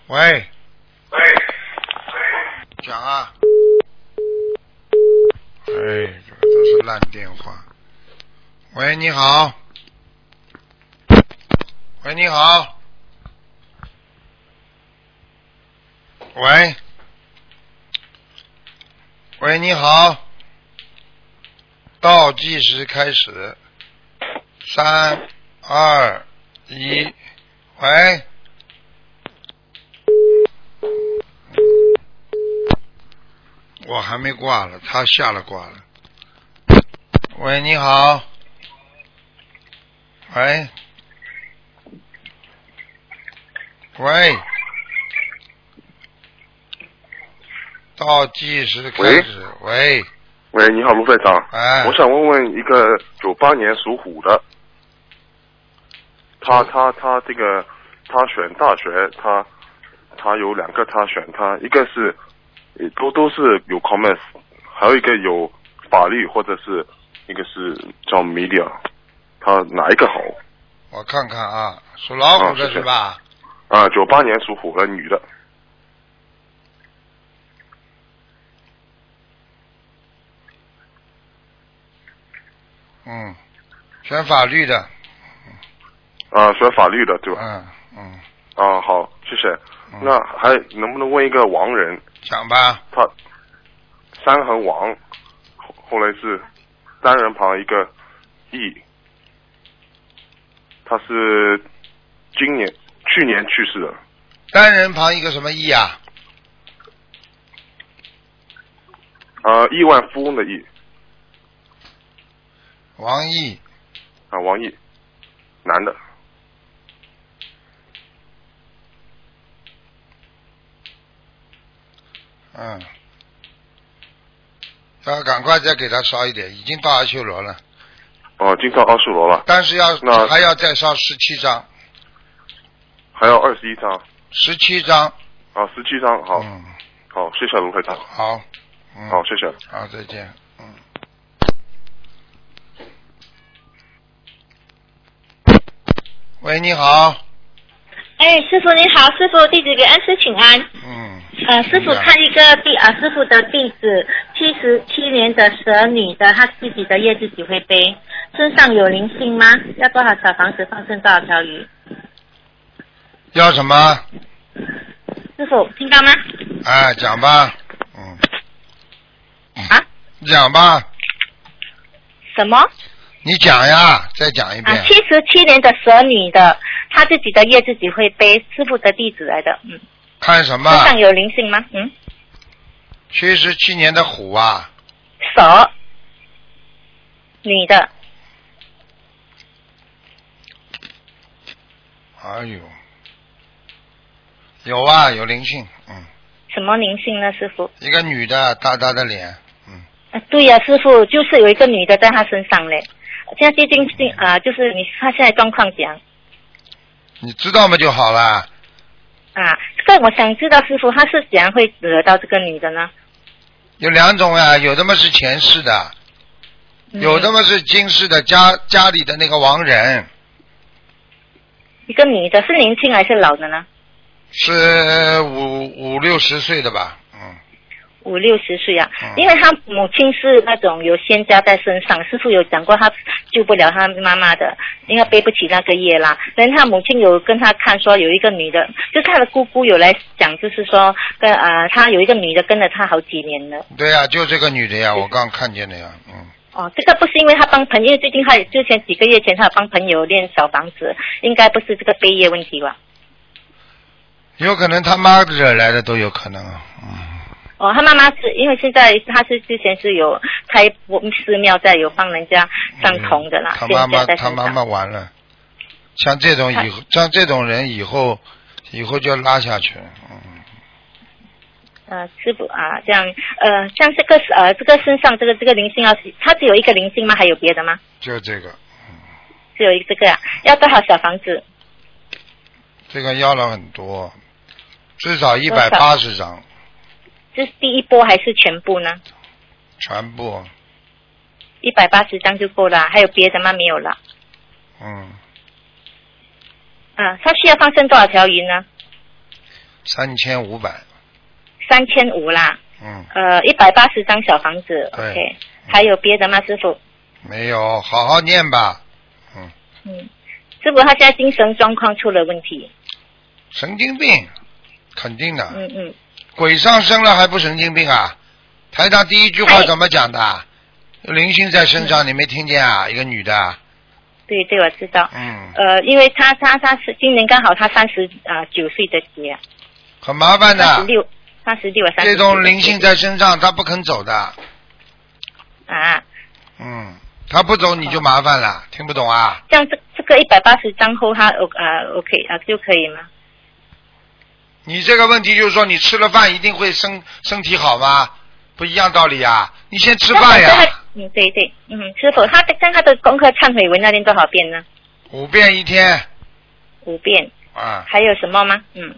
S1: 喂。喂。讲啊。哎，这个都是烂电话。喂，你好。喂，你好。喂。喂，你好。倒计时开始，三、二、一，喂。我还没挂了，他下了挂了。喂，你好。喂。喂。倒计时开始。喂。
S11: 喂，你好，卢会长。
S1: 哎。
S11: 我想问问一个九八年属虎的，
S1: 嗯
S11: 他他他这个他选大学，他他有两个他选他，一个是呃都都是有 commerce，还有一个有法律或者是一个是叫 media，他哪一个好？
S1: 我看看啊，属老虎
S11: 啊
S1: 的
S11: 谢谢
S1: 是吧？
S11: 啊，九八年属虎的女的，
S1: 嗯，选法律的，
S11: 啊，学法律的对吧？
S1: 嗯嗯，
S11: 啊，好，谢谢。
S1: 嗯
S11: 那还能不能问一个王人？
S1: 讲吧。
S11: 他三横王，后后来是单人旁一个义，他是今年去年去世的，
S1: 单人旁一个什么义啊？
S11: 呃，亿万富翁的亿
S1: 王毅，
S11: 啊、王毅，男的，
S1: 嗯，要赶快再给他烧一点，已经到阿修罗了，
S11: 哦、经常二十罗了，
S1: 但是要
S11: 那
S1: 还要再烧十七张，
S11: 还有二十一张
S1: 十七张，
S11: 啊，十七张，好，
S1: 嗯，
S11: 好，谢谢卢会长，
S1: 好，嗯，
S11: 好，谢谢。
S1: 好，再见。嗯。喂，你好。
S12: 哎，师傅你好，师傅弟子给恩师请安。
S1: 嗯，
S12: 呃，师傅看一个弟啊，师傅的弟子，七十七年的蛇女的，她自己的业自己会背，身上有灵性吗？要多少小房子放生多少条鱼？
S1: 要什么？
S12: 师傅听到吗？
S1: 哎，讲吧，嗯。啊？讲吧，
S12: 什么？
S1: 你讲呀，再讲一
S12: 啊
S1: 遍。，
S12: 七十七年的蛇女的，她自己的业自己会背，师傅的弟子来的，嗯，
S1: 看什么？
S12: 身上有灵性吗？嗯，
S1: 七十七年的虎啊，
S12: 蛇，女的，
S1: 哎呦，有啊，有灵性，嗯，
S12: 什么灵性呢？师傅？
S1: 一个女的，大大的脸，
S12: 啊，对呀、师傅，就是有一个女的在她身上嘞。现在接近近啊、就是你她现在状况讲
S1: 你知道嘛就好了。
S12: 啊，这个我想知道师傅她是怎样会惹到这个女的呢？
S1: 有两种呀、有的嘛是前世的，
S12: 嗯
S1: 有的嘛是今世的家家里的那个亡人，
S12: 一个女的是年轻还是老的呢？
S1: 是五五六十岁的吧？
S12: 五六十岁啊，因为她母亲是那种有仙家在身上，师傅有讲过，她救不了她妈妈的，因为她背不起那个业啦。但是她母亲有跟她看说，有一个女的，就是她的姑姑有来讲，就是说跟啊，她有一个女的跟了她好几年了。
S1: 对呀、就这个女的
S12: 嗯
S1: 呀，我刚看见的呀，嗯，
S12: 哦，这个不是因为他帮朋友，因为最近他之前几个月前他有帮朋友练小房子，应该不是这个背业问题吧？
S1: 有可能他妈惹来的都有可能啊。
S12: 哦，他妈妈是因为现在他是之前是有开寺庙在有帮人家上童的啦，
S1: 嗯他
S12: 现
S1: 妈妈
S12: 在在
S1: 他
S12: 身
S1: 妈
S12: 上。
S1: 妈完了，像这种以后像这种人以后以后就要拉下去，
S12: 呃，师傅啊，这样呃，像这个呃，这个身上这个这个灵性啊，它只有一个灵性吗？还有别的吗？
S1: 就这个
S12: 只有一个这个、啊，要多少小房子？
S1: 这个要了很多，至少一
S12: 多
S1: 百
S12: 少
S1: 八十张
S12: 这是第一波还是全部呢？
S1: 全部，
S12: 一百八十张就够了啊，还有别的吗？没有了。
S1: 嗯，
S12: 啊，他需要放生多少条鱼呢？
S1: 三千五百，
S12: 三千五啦。
S1: 嗯，
S12: 呃，一百八十张小房子
S1: 对
S12: ，OK，还有别的吗，师傅？
S1: 没有，好好念吧，
S12: 嗯，师傅他现在精神状况出了问题，
S1: 神经病，肯定的，
S12: 嗯嗯，
S1: 鬼上身了还不神经病啊？台长第一句
S12: 哎
S1: 话怎么讲的？有灵性在身
S12: 嗯
S1: 上，你没听见啊？一个女的，
S12: 对对，我知道，
S1: 嗯，
S12: 呃，因为他他他是今年刚好他三十啊九岁的节，
S1: 很麻烦的。
S12: 三十六，三十六啊三
S1: 啊这种灵性在身上，他不肯走的。
S12: 啊，
S1: 嗯，他不走你就麻烦
S12: 嗯
S1: 了，听不懂啊？
S12: 这样这这个一百八十张后他呃 OK 啊就可以吗？
S1: 你这个问题就是说，你吃了饭一定会身身体好吗？不一样道理啊！你先吃饭
S12: 那本身
S1: 呀，
S12: 他。嗯，对对，嗯，师傅，他的像他的功课忏悔文要念多少遍呢？
S1: 五遍一天
S12: 五遍，
S1: 啊，
S12: 还有什么吗？嗯，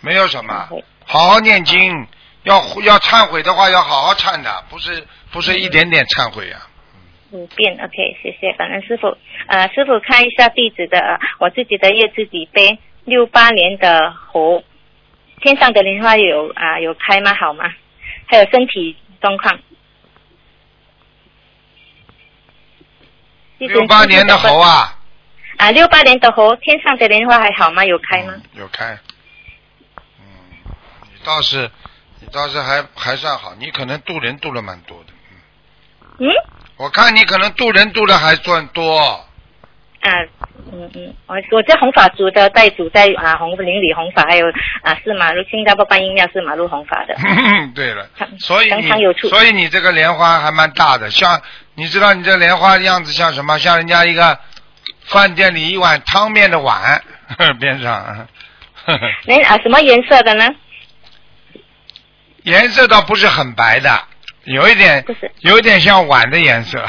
S1: 没有什么，好好念经。要要忏悔的话，要好好忏的，不是不
S12: 嗯
S1: 是一点点忏悔啊呀、
S12: 五遍，OK，谢谢，感恩师傅。呃，师傅看一下地址的，呃我自己的业自己背，六八年的猴，天上的莲花有啊、有开吗？好吗？还有身体状况。
S1: 六八年的猴啊，
S12: 啊，六八年的猴，天上的莲花还好吗？有开吗？
S1: 有开。嗯，你倒是你倒是还还算好，你可能渡人渡了蛮多的。
S12: 嗯，
S1: 我看你可能渡人渡的还算多， [laughs]
S12: 啊，嗯嗯，我我在红法族的代主在啊红邻里红法，还有啊四马路新加坡观音庙四马路红法的。
S1: 对了，所以
S12: 常常有
S1: 你所以你这个莲花还蛮大的，像你知道你这莲花的样子像什么？像人家一个饭店里一碗汤面的碗 [laughs] 边上， [laughs]
S12: 那啊什么颜色的呢？
S1: 颜色倒不是很白的，有一点有一点像碗的颜色。 [laughs]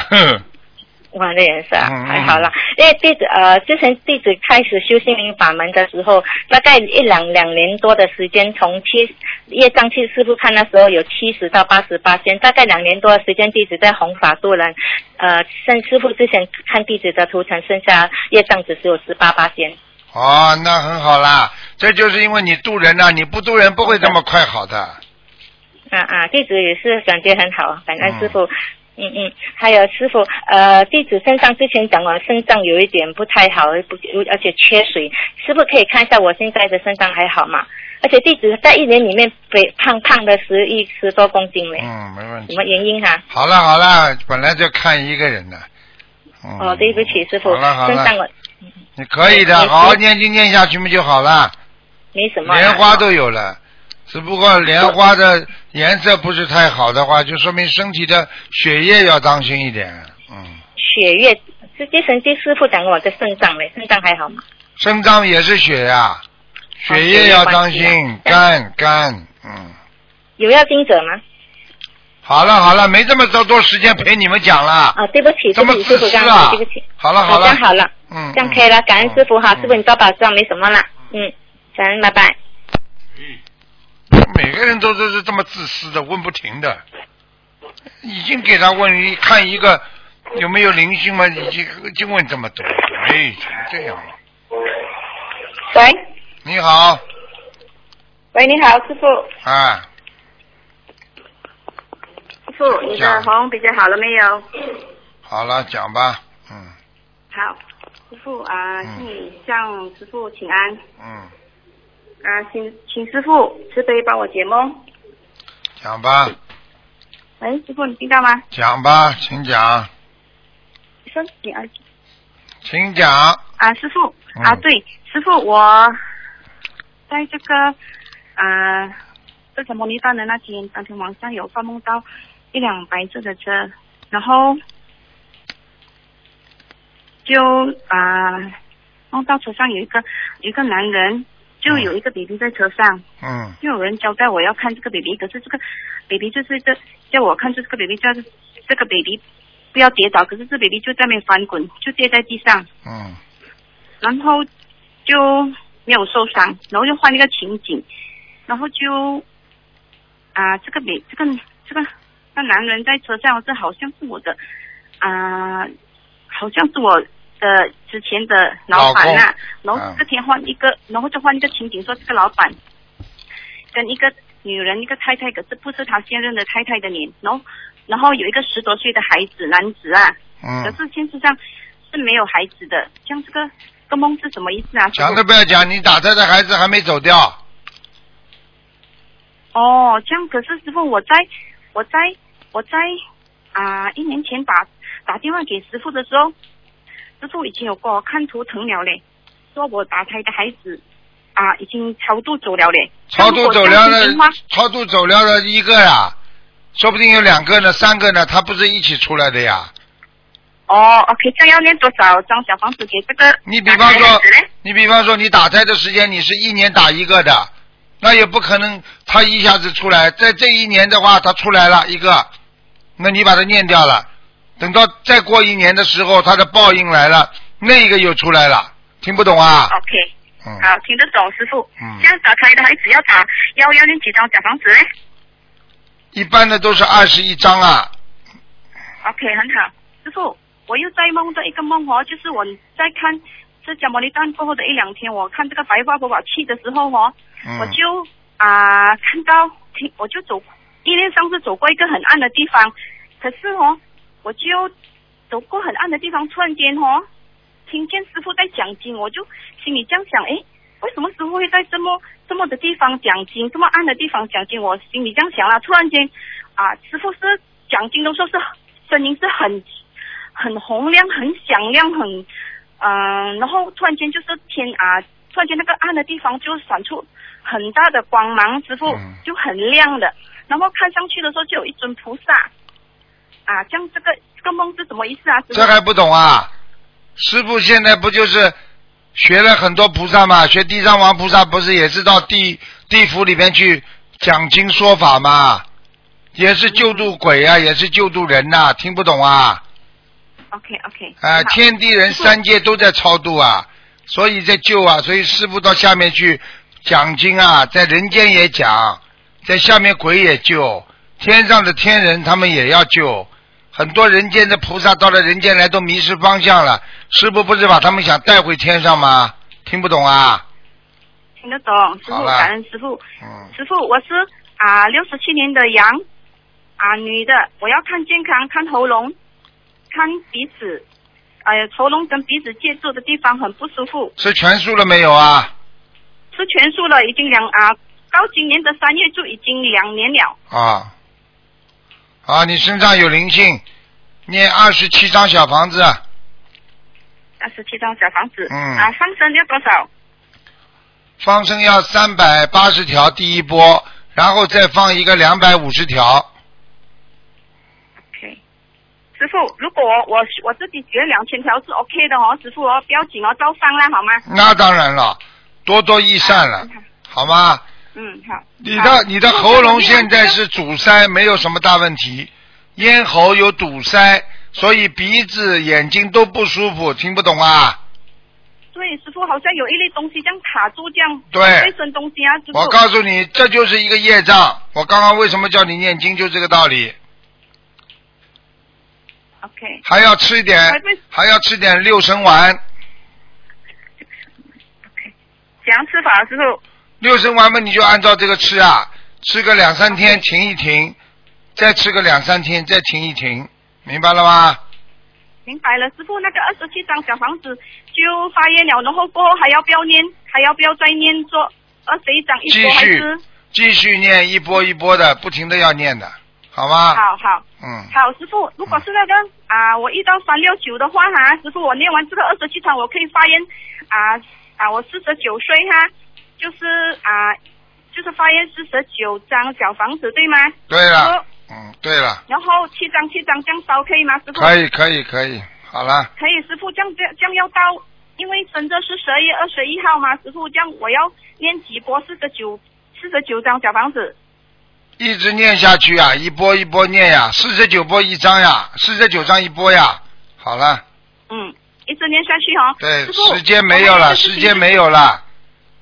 S12: 碗的颜色啊，
S1: 嗯
S12: 还好啦。因为弟子呃，之前弟子开始修心灵法门的时候，大概一两两年多的时间，从七业障去师傅看那时候有七十到八十八仙，大概两年多的时间，弟子在弘法度人。呃，像师傅之前看弟子的图腾，剩下业障只是有十八八仙。
S1: 哦，那很好啦，这就是因为你渡人呐、啊你不渡人不会这么快好的。
S12: 啊啊，弟子也是感觉很好，感恩师傅。嗯嗯，还有师傅，呃，弟子身上之前讲我身上有一点不太好，不而且缺水，师傅可以看一下我现在的身上还好吗？而且弟子在一年里面肥胖胖的十一十多公斤嘞，
S1: 嗯，没问
S12: 什
S1: 题。
S12: 么原因啊？
S1: 好了好了，本来就看一个人的。嗯、
S12: 哦，对不起，师傅，
S1: 好了好
S12: 身
S1: 了
S12: 上我
S1: 你可以的，
S12: 没事
S1: 好好念经念下去嘛就好了。
S12: 没什么啊。哦
S1: 莲花都有了，只不过莲花的颜色不是太好的话，就说明身体的血液要当心一点。
S12: 血液，这这神经师傅讲我的肾脏嘞，肾脏还好吗？
S1: 肾脏也是血呀、血
S12: 血
S1: 液
S12: 液
S1: 要
S12: 关
S1: 当
S12: 系啊
S1: 心，肝肝，嗯。
S12: 有要经者吗？
S1: 好了好了，没这么多多时间陪你们讲了。
S12: 啊，对不起，
S1: 这
S12: 对
S1: 么
S12: 不起，
S1: 自
S12: 师傅，
S1: 私
S12: 刚
S1: 啊
S12: 刚对不起。
S1: 好了好
S12: 这
S1: 了
S12: 样，好了，
S1: 嗯，
S12: 这样可以了，感恩师傅哈，师傅你多保重，没什么啦，嗯，感恩，拜拜。
S1: 每个人都都是这么自私的，问不停的。已经给他问一看一个有没有灵性嘛，已经就问这么多，哎，怎么这样了？
S9: 喂
S1: 你好，
S9: 喂，你好，师傅，
S1: 啊，
S9: 师傅，你的
S1: 讲
S9: 喉咙比较好了没有？
S1: 好了，讲吧，
S9: 好，师傅啊，请你向师傅请安
S1: 嗯，
S9: 啊，请请师傅慈悲帮我解梦。
S1: 讲吧，
S9: 喂，师傅，你听到吗？
S1: 讲吧，请讲，
S9: 你说你啊
S1: 请讲，
S9: 啊，师傅啊，
S1: 嗯
S9: 对，师傅，我在这个啊这个摩尼丹的那天，当天晚上有做梦到一辆白色的车，然后就啊、梦到车上有一个有一个男人，就有一个 baby 在车上，
S1: 嗯
S9: 就有人交代我要看这个 baby，可是这个 baby 就是这叫我看这个 baby，叫这个 baby 不要跌倒，可是这 baby 就在那边翻滚，就跌在地上，
S1: 嗯
S9: 然后就没有受伤，然后就换了一个情景，然后就啊、这个美这个这个那男人在车上，这好像是我的啊、好像是我的之前的老板啊呐、
S1: 老
S9: 然
S1: 公嗯
S9: 后这天换一
S1: 啊
S9: 个，然后就换一个情景，说这个老板跟一个女人一个太太，可是不是他现任的太太的脸，然后然后有一个十多岁的孩子男子啊，可
S1: 嗯，
S9: 是现实上是没有孩子的，像这个这个梦是什么意思啊？
S1: 讲都不要讲，你打胎的孩子还没走掉，
S9: 哦，这样可是师傅，我在我在我在啊、一年前打打电话给师傅的时候，师傅已经有给我看图腾了嘞，说我打胎的孩子啊、已经超度走了嘞，
S1: 超度走了的
S9: 那如果这样子的话，
S1: 超度走了的一个呀，说不定有两个呢，三个呢，他不是一起出来的呀。
S9: 哦，OK，这样要念多少张小房子给这个？
S1: 你比方说，你比方说你打胎的时间，你是一年打一个的，那也不可能他一下子出来。在这一年的话，他出来了一个，那你把它念掉了。等到再过一年的时候，他的报应来了，那一个又出来了，听不懂啊？
S9: OK，
S1: 嗯
S9: 好，听得懂师傅。
S1: 嗯
S9: 这样打胎的孩子要打要要念几张小房子嘞
S1: 一般的都是二十一章啊，
S9: ？OK，很好，师傅，我又在梦到一个梦哦，就是我在看这迦摩尼丹过后的一两天，我看这个白话佛法器的时候哦，
S1: 嗯
S9: 我就啊、看到，听我就走，因为上次走过一个很暗的地方，可是哦，我就走过很暗的地方，突然间哦，听见师傅在讲经，我就心里这样想，诶，为什么师傅会在这么这么的地方讲经，这么暗的地方讲经？我心里这样想啦，突然间啊，师傅是讲经的时候是声音是很很洪亮、很响亮、很嗯、然后突然间就是天啊，突然间那个暗的地方就闪出很大的光芒，师傅
S1: 嗯
S9: 就很亮的，然后看上去的时候就有一尊菩萨。啊，这样这个这个梦是什么意思啊？师傅
S1: 这还不懂啊？师傅现在不就是学了很多菩萨嘛？学地藏王菩萨不是也是到地地府里面去讲经说法嘛？也是救度鬼啊，也是救度人呐、听不懂啊？
S9: OK OK
S1: 啊、天地人三界都在超度啊，所以在救啊，所以师傅到下面去讲经啊，在人间也讲，在下面鬼也救，天上的天人他们也要救，很多人间的菩萨到了人间来都迷失方向了，师傅不是把他们想带回天上吗？听不懂啊？
S9: 听得懂，师
S1: 好
S9: 傅，
S1: 了
S9: 感恩师傅。
S1: 嗯，
S9: 师傅，我是啊六十七年的羊，啊女的，我要看健康，看喉咙，看鼻子，呃喉咙跟鼻子接触的地方很不舒服，
S1: 吃全素了没有啊？
S9: 吃全素了，已经两啊到今年的三月就已经两年了。
S1: 啊，啊，你身上有灵性，念二十七张小房子，啊
S9: 二十七张小房子，
S1: 嗯
S9: 啊，上升要多少？
S1: 放生要三百八十条第一波，然后再放一个两百五十条，
S9: 师傅，如果我我自己学两千条是 OK 的哦，师傅哦，不要紧哦，照放啦，好吗？
S1: 那当然了，多多益善了，好吗？
S9: 嗯，好。
S1: 你
S9: 好
S1: 的你的喉咙现在是阻塞，没有什么大问题，咽喉有堵塞，所以鼻子、眼睛都不舒服，听不懂啊？
S9: 对，师傅好像有一类东西这样卡住，这样
S1: 对
S9: 卫生东西啊，师傅。
S1: 我告诉你，这就是一个业障。我刚刚为什么叫你念经，就这个道理。
S9: ，OK，
S1: 还要吃一点，还要吃点六神丸。
S9: 怎样吃法，师傅？
S1: 六神丸嘛，你就按照这个吃啊，吃个两三天，停一停，再吃个两三天，再停一停，明白了吗？
S9: 明白了，师傅，那个二十七张小房子就发烟了，然后过后还要不要念？还要不要再念做二十一张一
S1: 继
S9: 波还
S1: 续
S9: 是？
S1: 继续念，一波一波的，不停的要念的，好吗？
S9: 好好。
S1: 嗯，
S9: 好，师傅，如果是那个啊、我一到三六九的话哈、师傅，我念完这个二十七场，我可以发言啊啊，我四十九岁哈、就是啊、就是发言四十九张小房子对吗？
S1: 对了，嗯，对了，
S9: 然后七张七张这样烧可以吗，师傅？
S1: 可以，可以，可以，好了，
S9: 可以，师傅这样这样这样要到，因为真的是十二月二十一号嘛，师傅这样我要念几波四十九四十九张小房子，
S1: 一直念下去啊，一波一波念呀、四十九波一张呀，四十九张一波呀，好了，
S9: 嗯，一直念下去哦。
S1: 对，
S9: 师傅
S1: 时间没有
S9: 我还
S1: 了，
S9: 一个事
S1: 时
S9: 情
S1: 间没有了，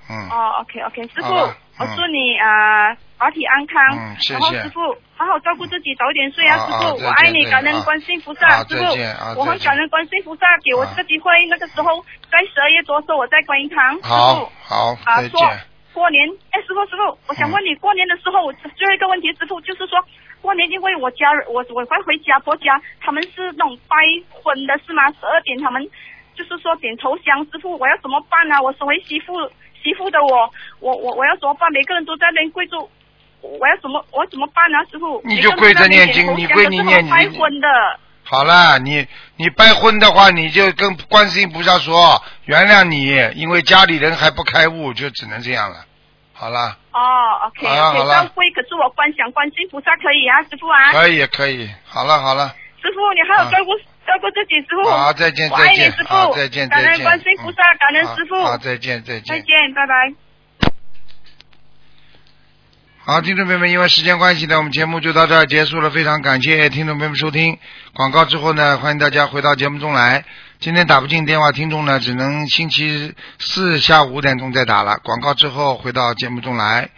S1: 嗯，
S9: 哦，OK OK，师傅，
S1: 好吧
S9: 我
S1: 嗯
S9: 祝你啊法体安康，
S1: 嗯谢
S9: 然后
S1: 谢
S9: 师傅好好照顾自己，早点睡
S1: 啊
S9: 啊，师
S1: 啊
S9: 傅，
S1: 再
S9: 我爱
S1: 见
S9: 你，
S1: 再
S9: 感
S1: 见
S9: 恩
S1: 啊
S9: 观世音菩
S1: 啊
S9: 萨，师
S1: 再见啊
S9: 傅，我
S1: 再
S9: 很
S1: 见啊
S9: 感恩观世音菩萨给我这个机会，那个时候在十二月多时候我在观音堂，师
S1: 好
S9: 傅，
S1: 好，
S9: 啊
S1: 再
S9: 说
S1: 见。嗯
S9: 过年，哎，师傅师傅，我想问你，过年的时候，我最后一个问题，师傅就是说。过年因为我家人，我我快回家婆家，他们是那种拜婚的是吗？十二点他们就是说点头香，师傅，我要怎么办啊？我身为媳妇媳妇的我，我我我要怎么办？每个人都在那边跪着，我要怎么我怎么办啊？师傅，
S1: 你就跪着念经
S9: 每
S1: 你
S9: 个
S1: 跪
S9: 人
S1: 你
S9: 都在
S1: 念
S9: 那边点头香可是我拜
S1: 你
S9: 婚的，
S1: 好了，你你拜婚的话，你就跟观世音菩萨说原谅你，因为家里人还不开悟，就只能这样了。好了，
S9: 哦，OK
S1: 好了
S9: OK，
S1: 好了
S9: 要跪，可是我观想观世音菩萨可以啊，师傅啊，
S1: 可以可以，好了好了，
S9: 师傅，你还有照顾、照顾自己，师傅。
S1: 啊好再见
S9: 我爱你
S1: 再见
S9: 师
S1: 好
S9: 傅。
S1: 再见
S9: 感
S1: 再
S9: 恩
S1: 见
S9: 观世音菩萨，感恩师傅。
S1: 好好，再见再见
S9: 再。见，拜拜。
S1: 好，听众朋友们，因为时间关系呢，我们节目就到这儿结束了。非常感谢听众朋友们收听广告之后呢，欢迎大家回到节目中来。今天打不进电话，听众呢只能星期四下午五点钟再打了。广告之后回到节目中来。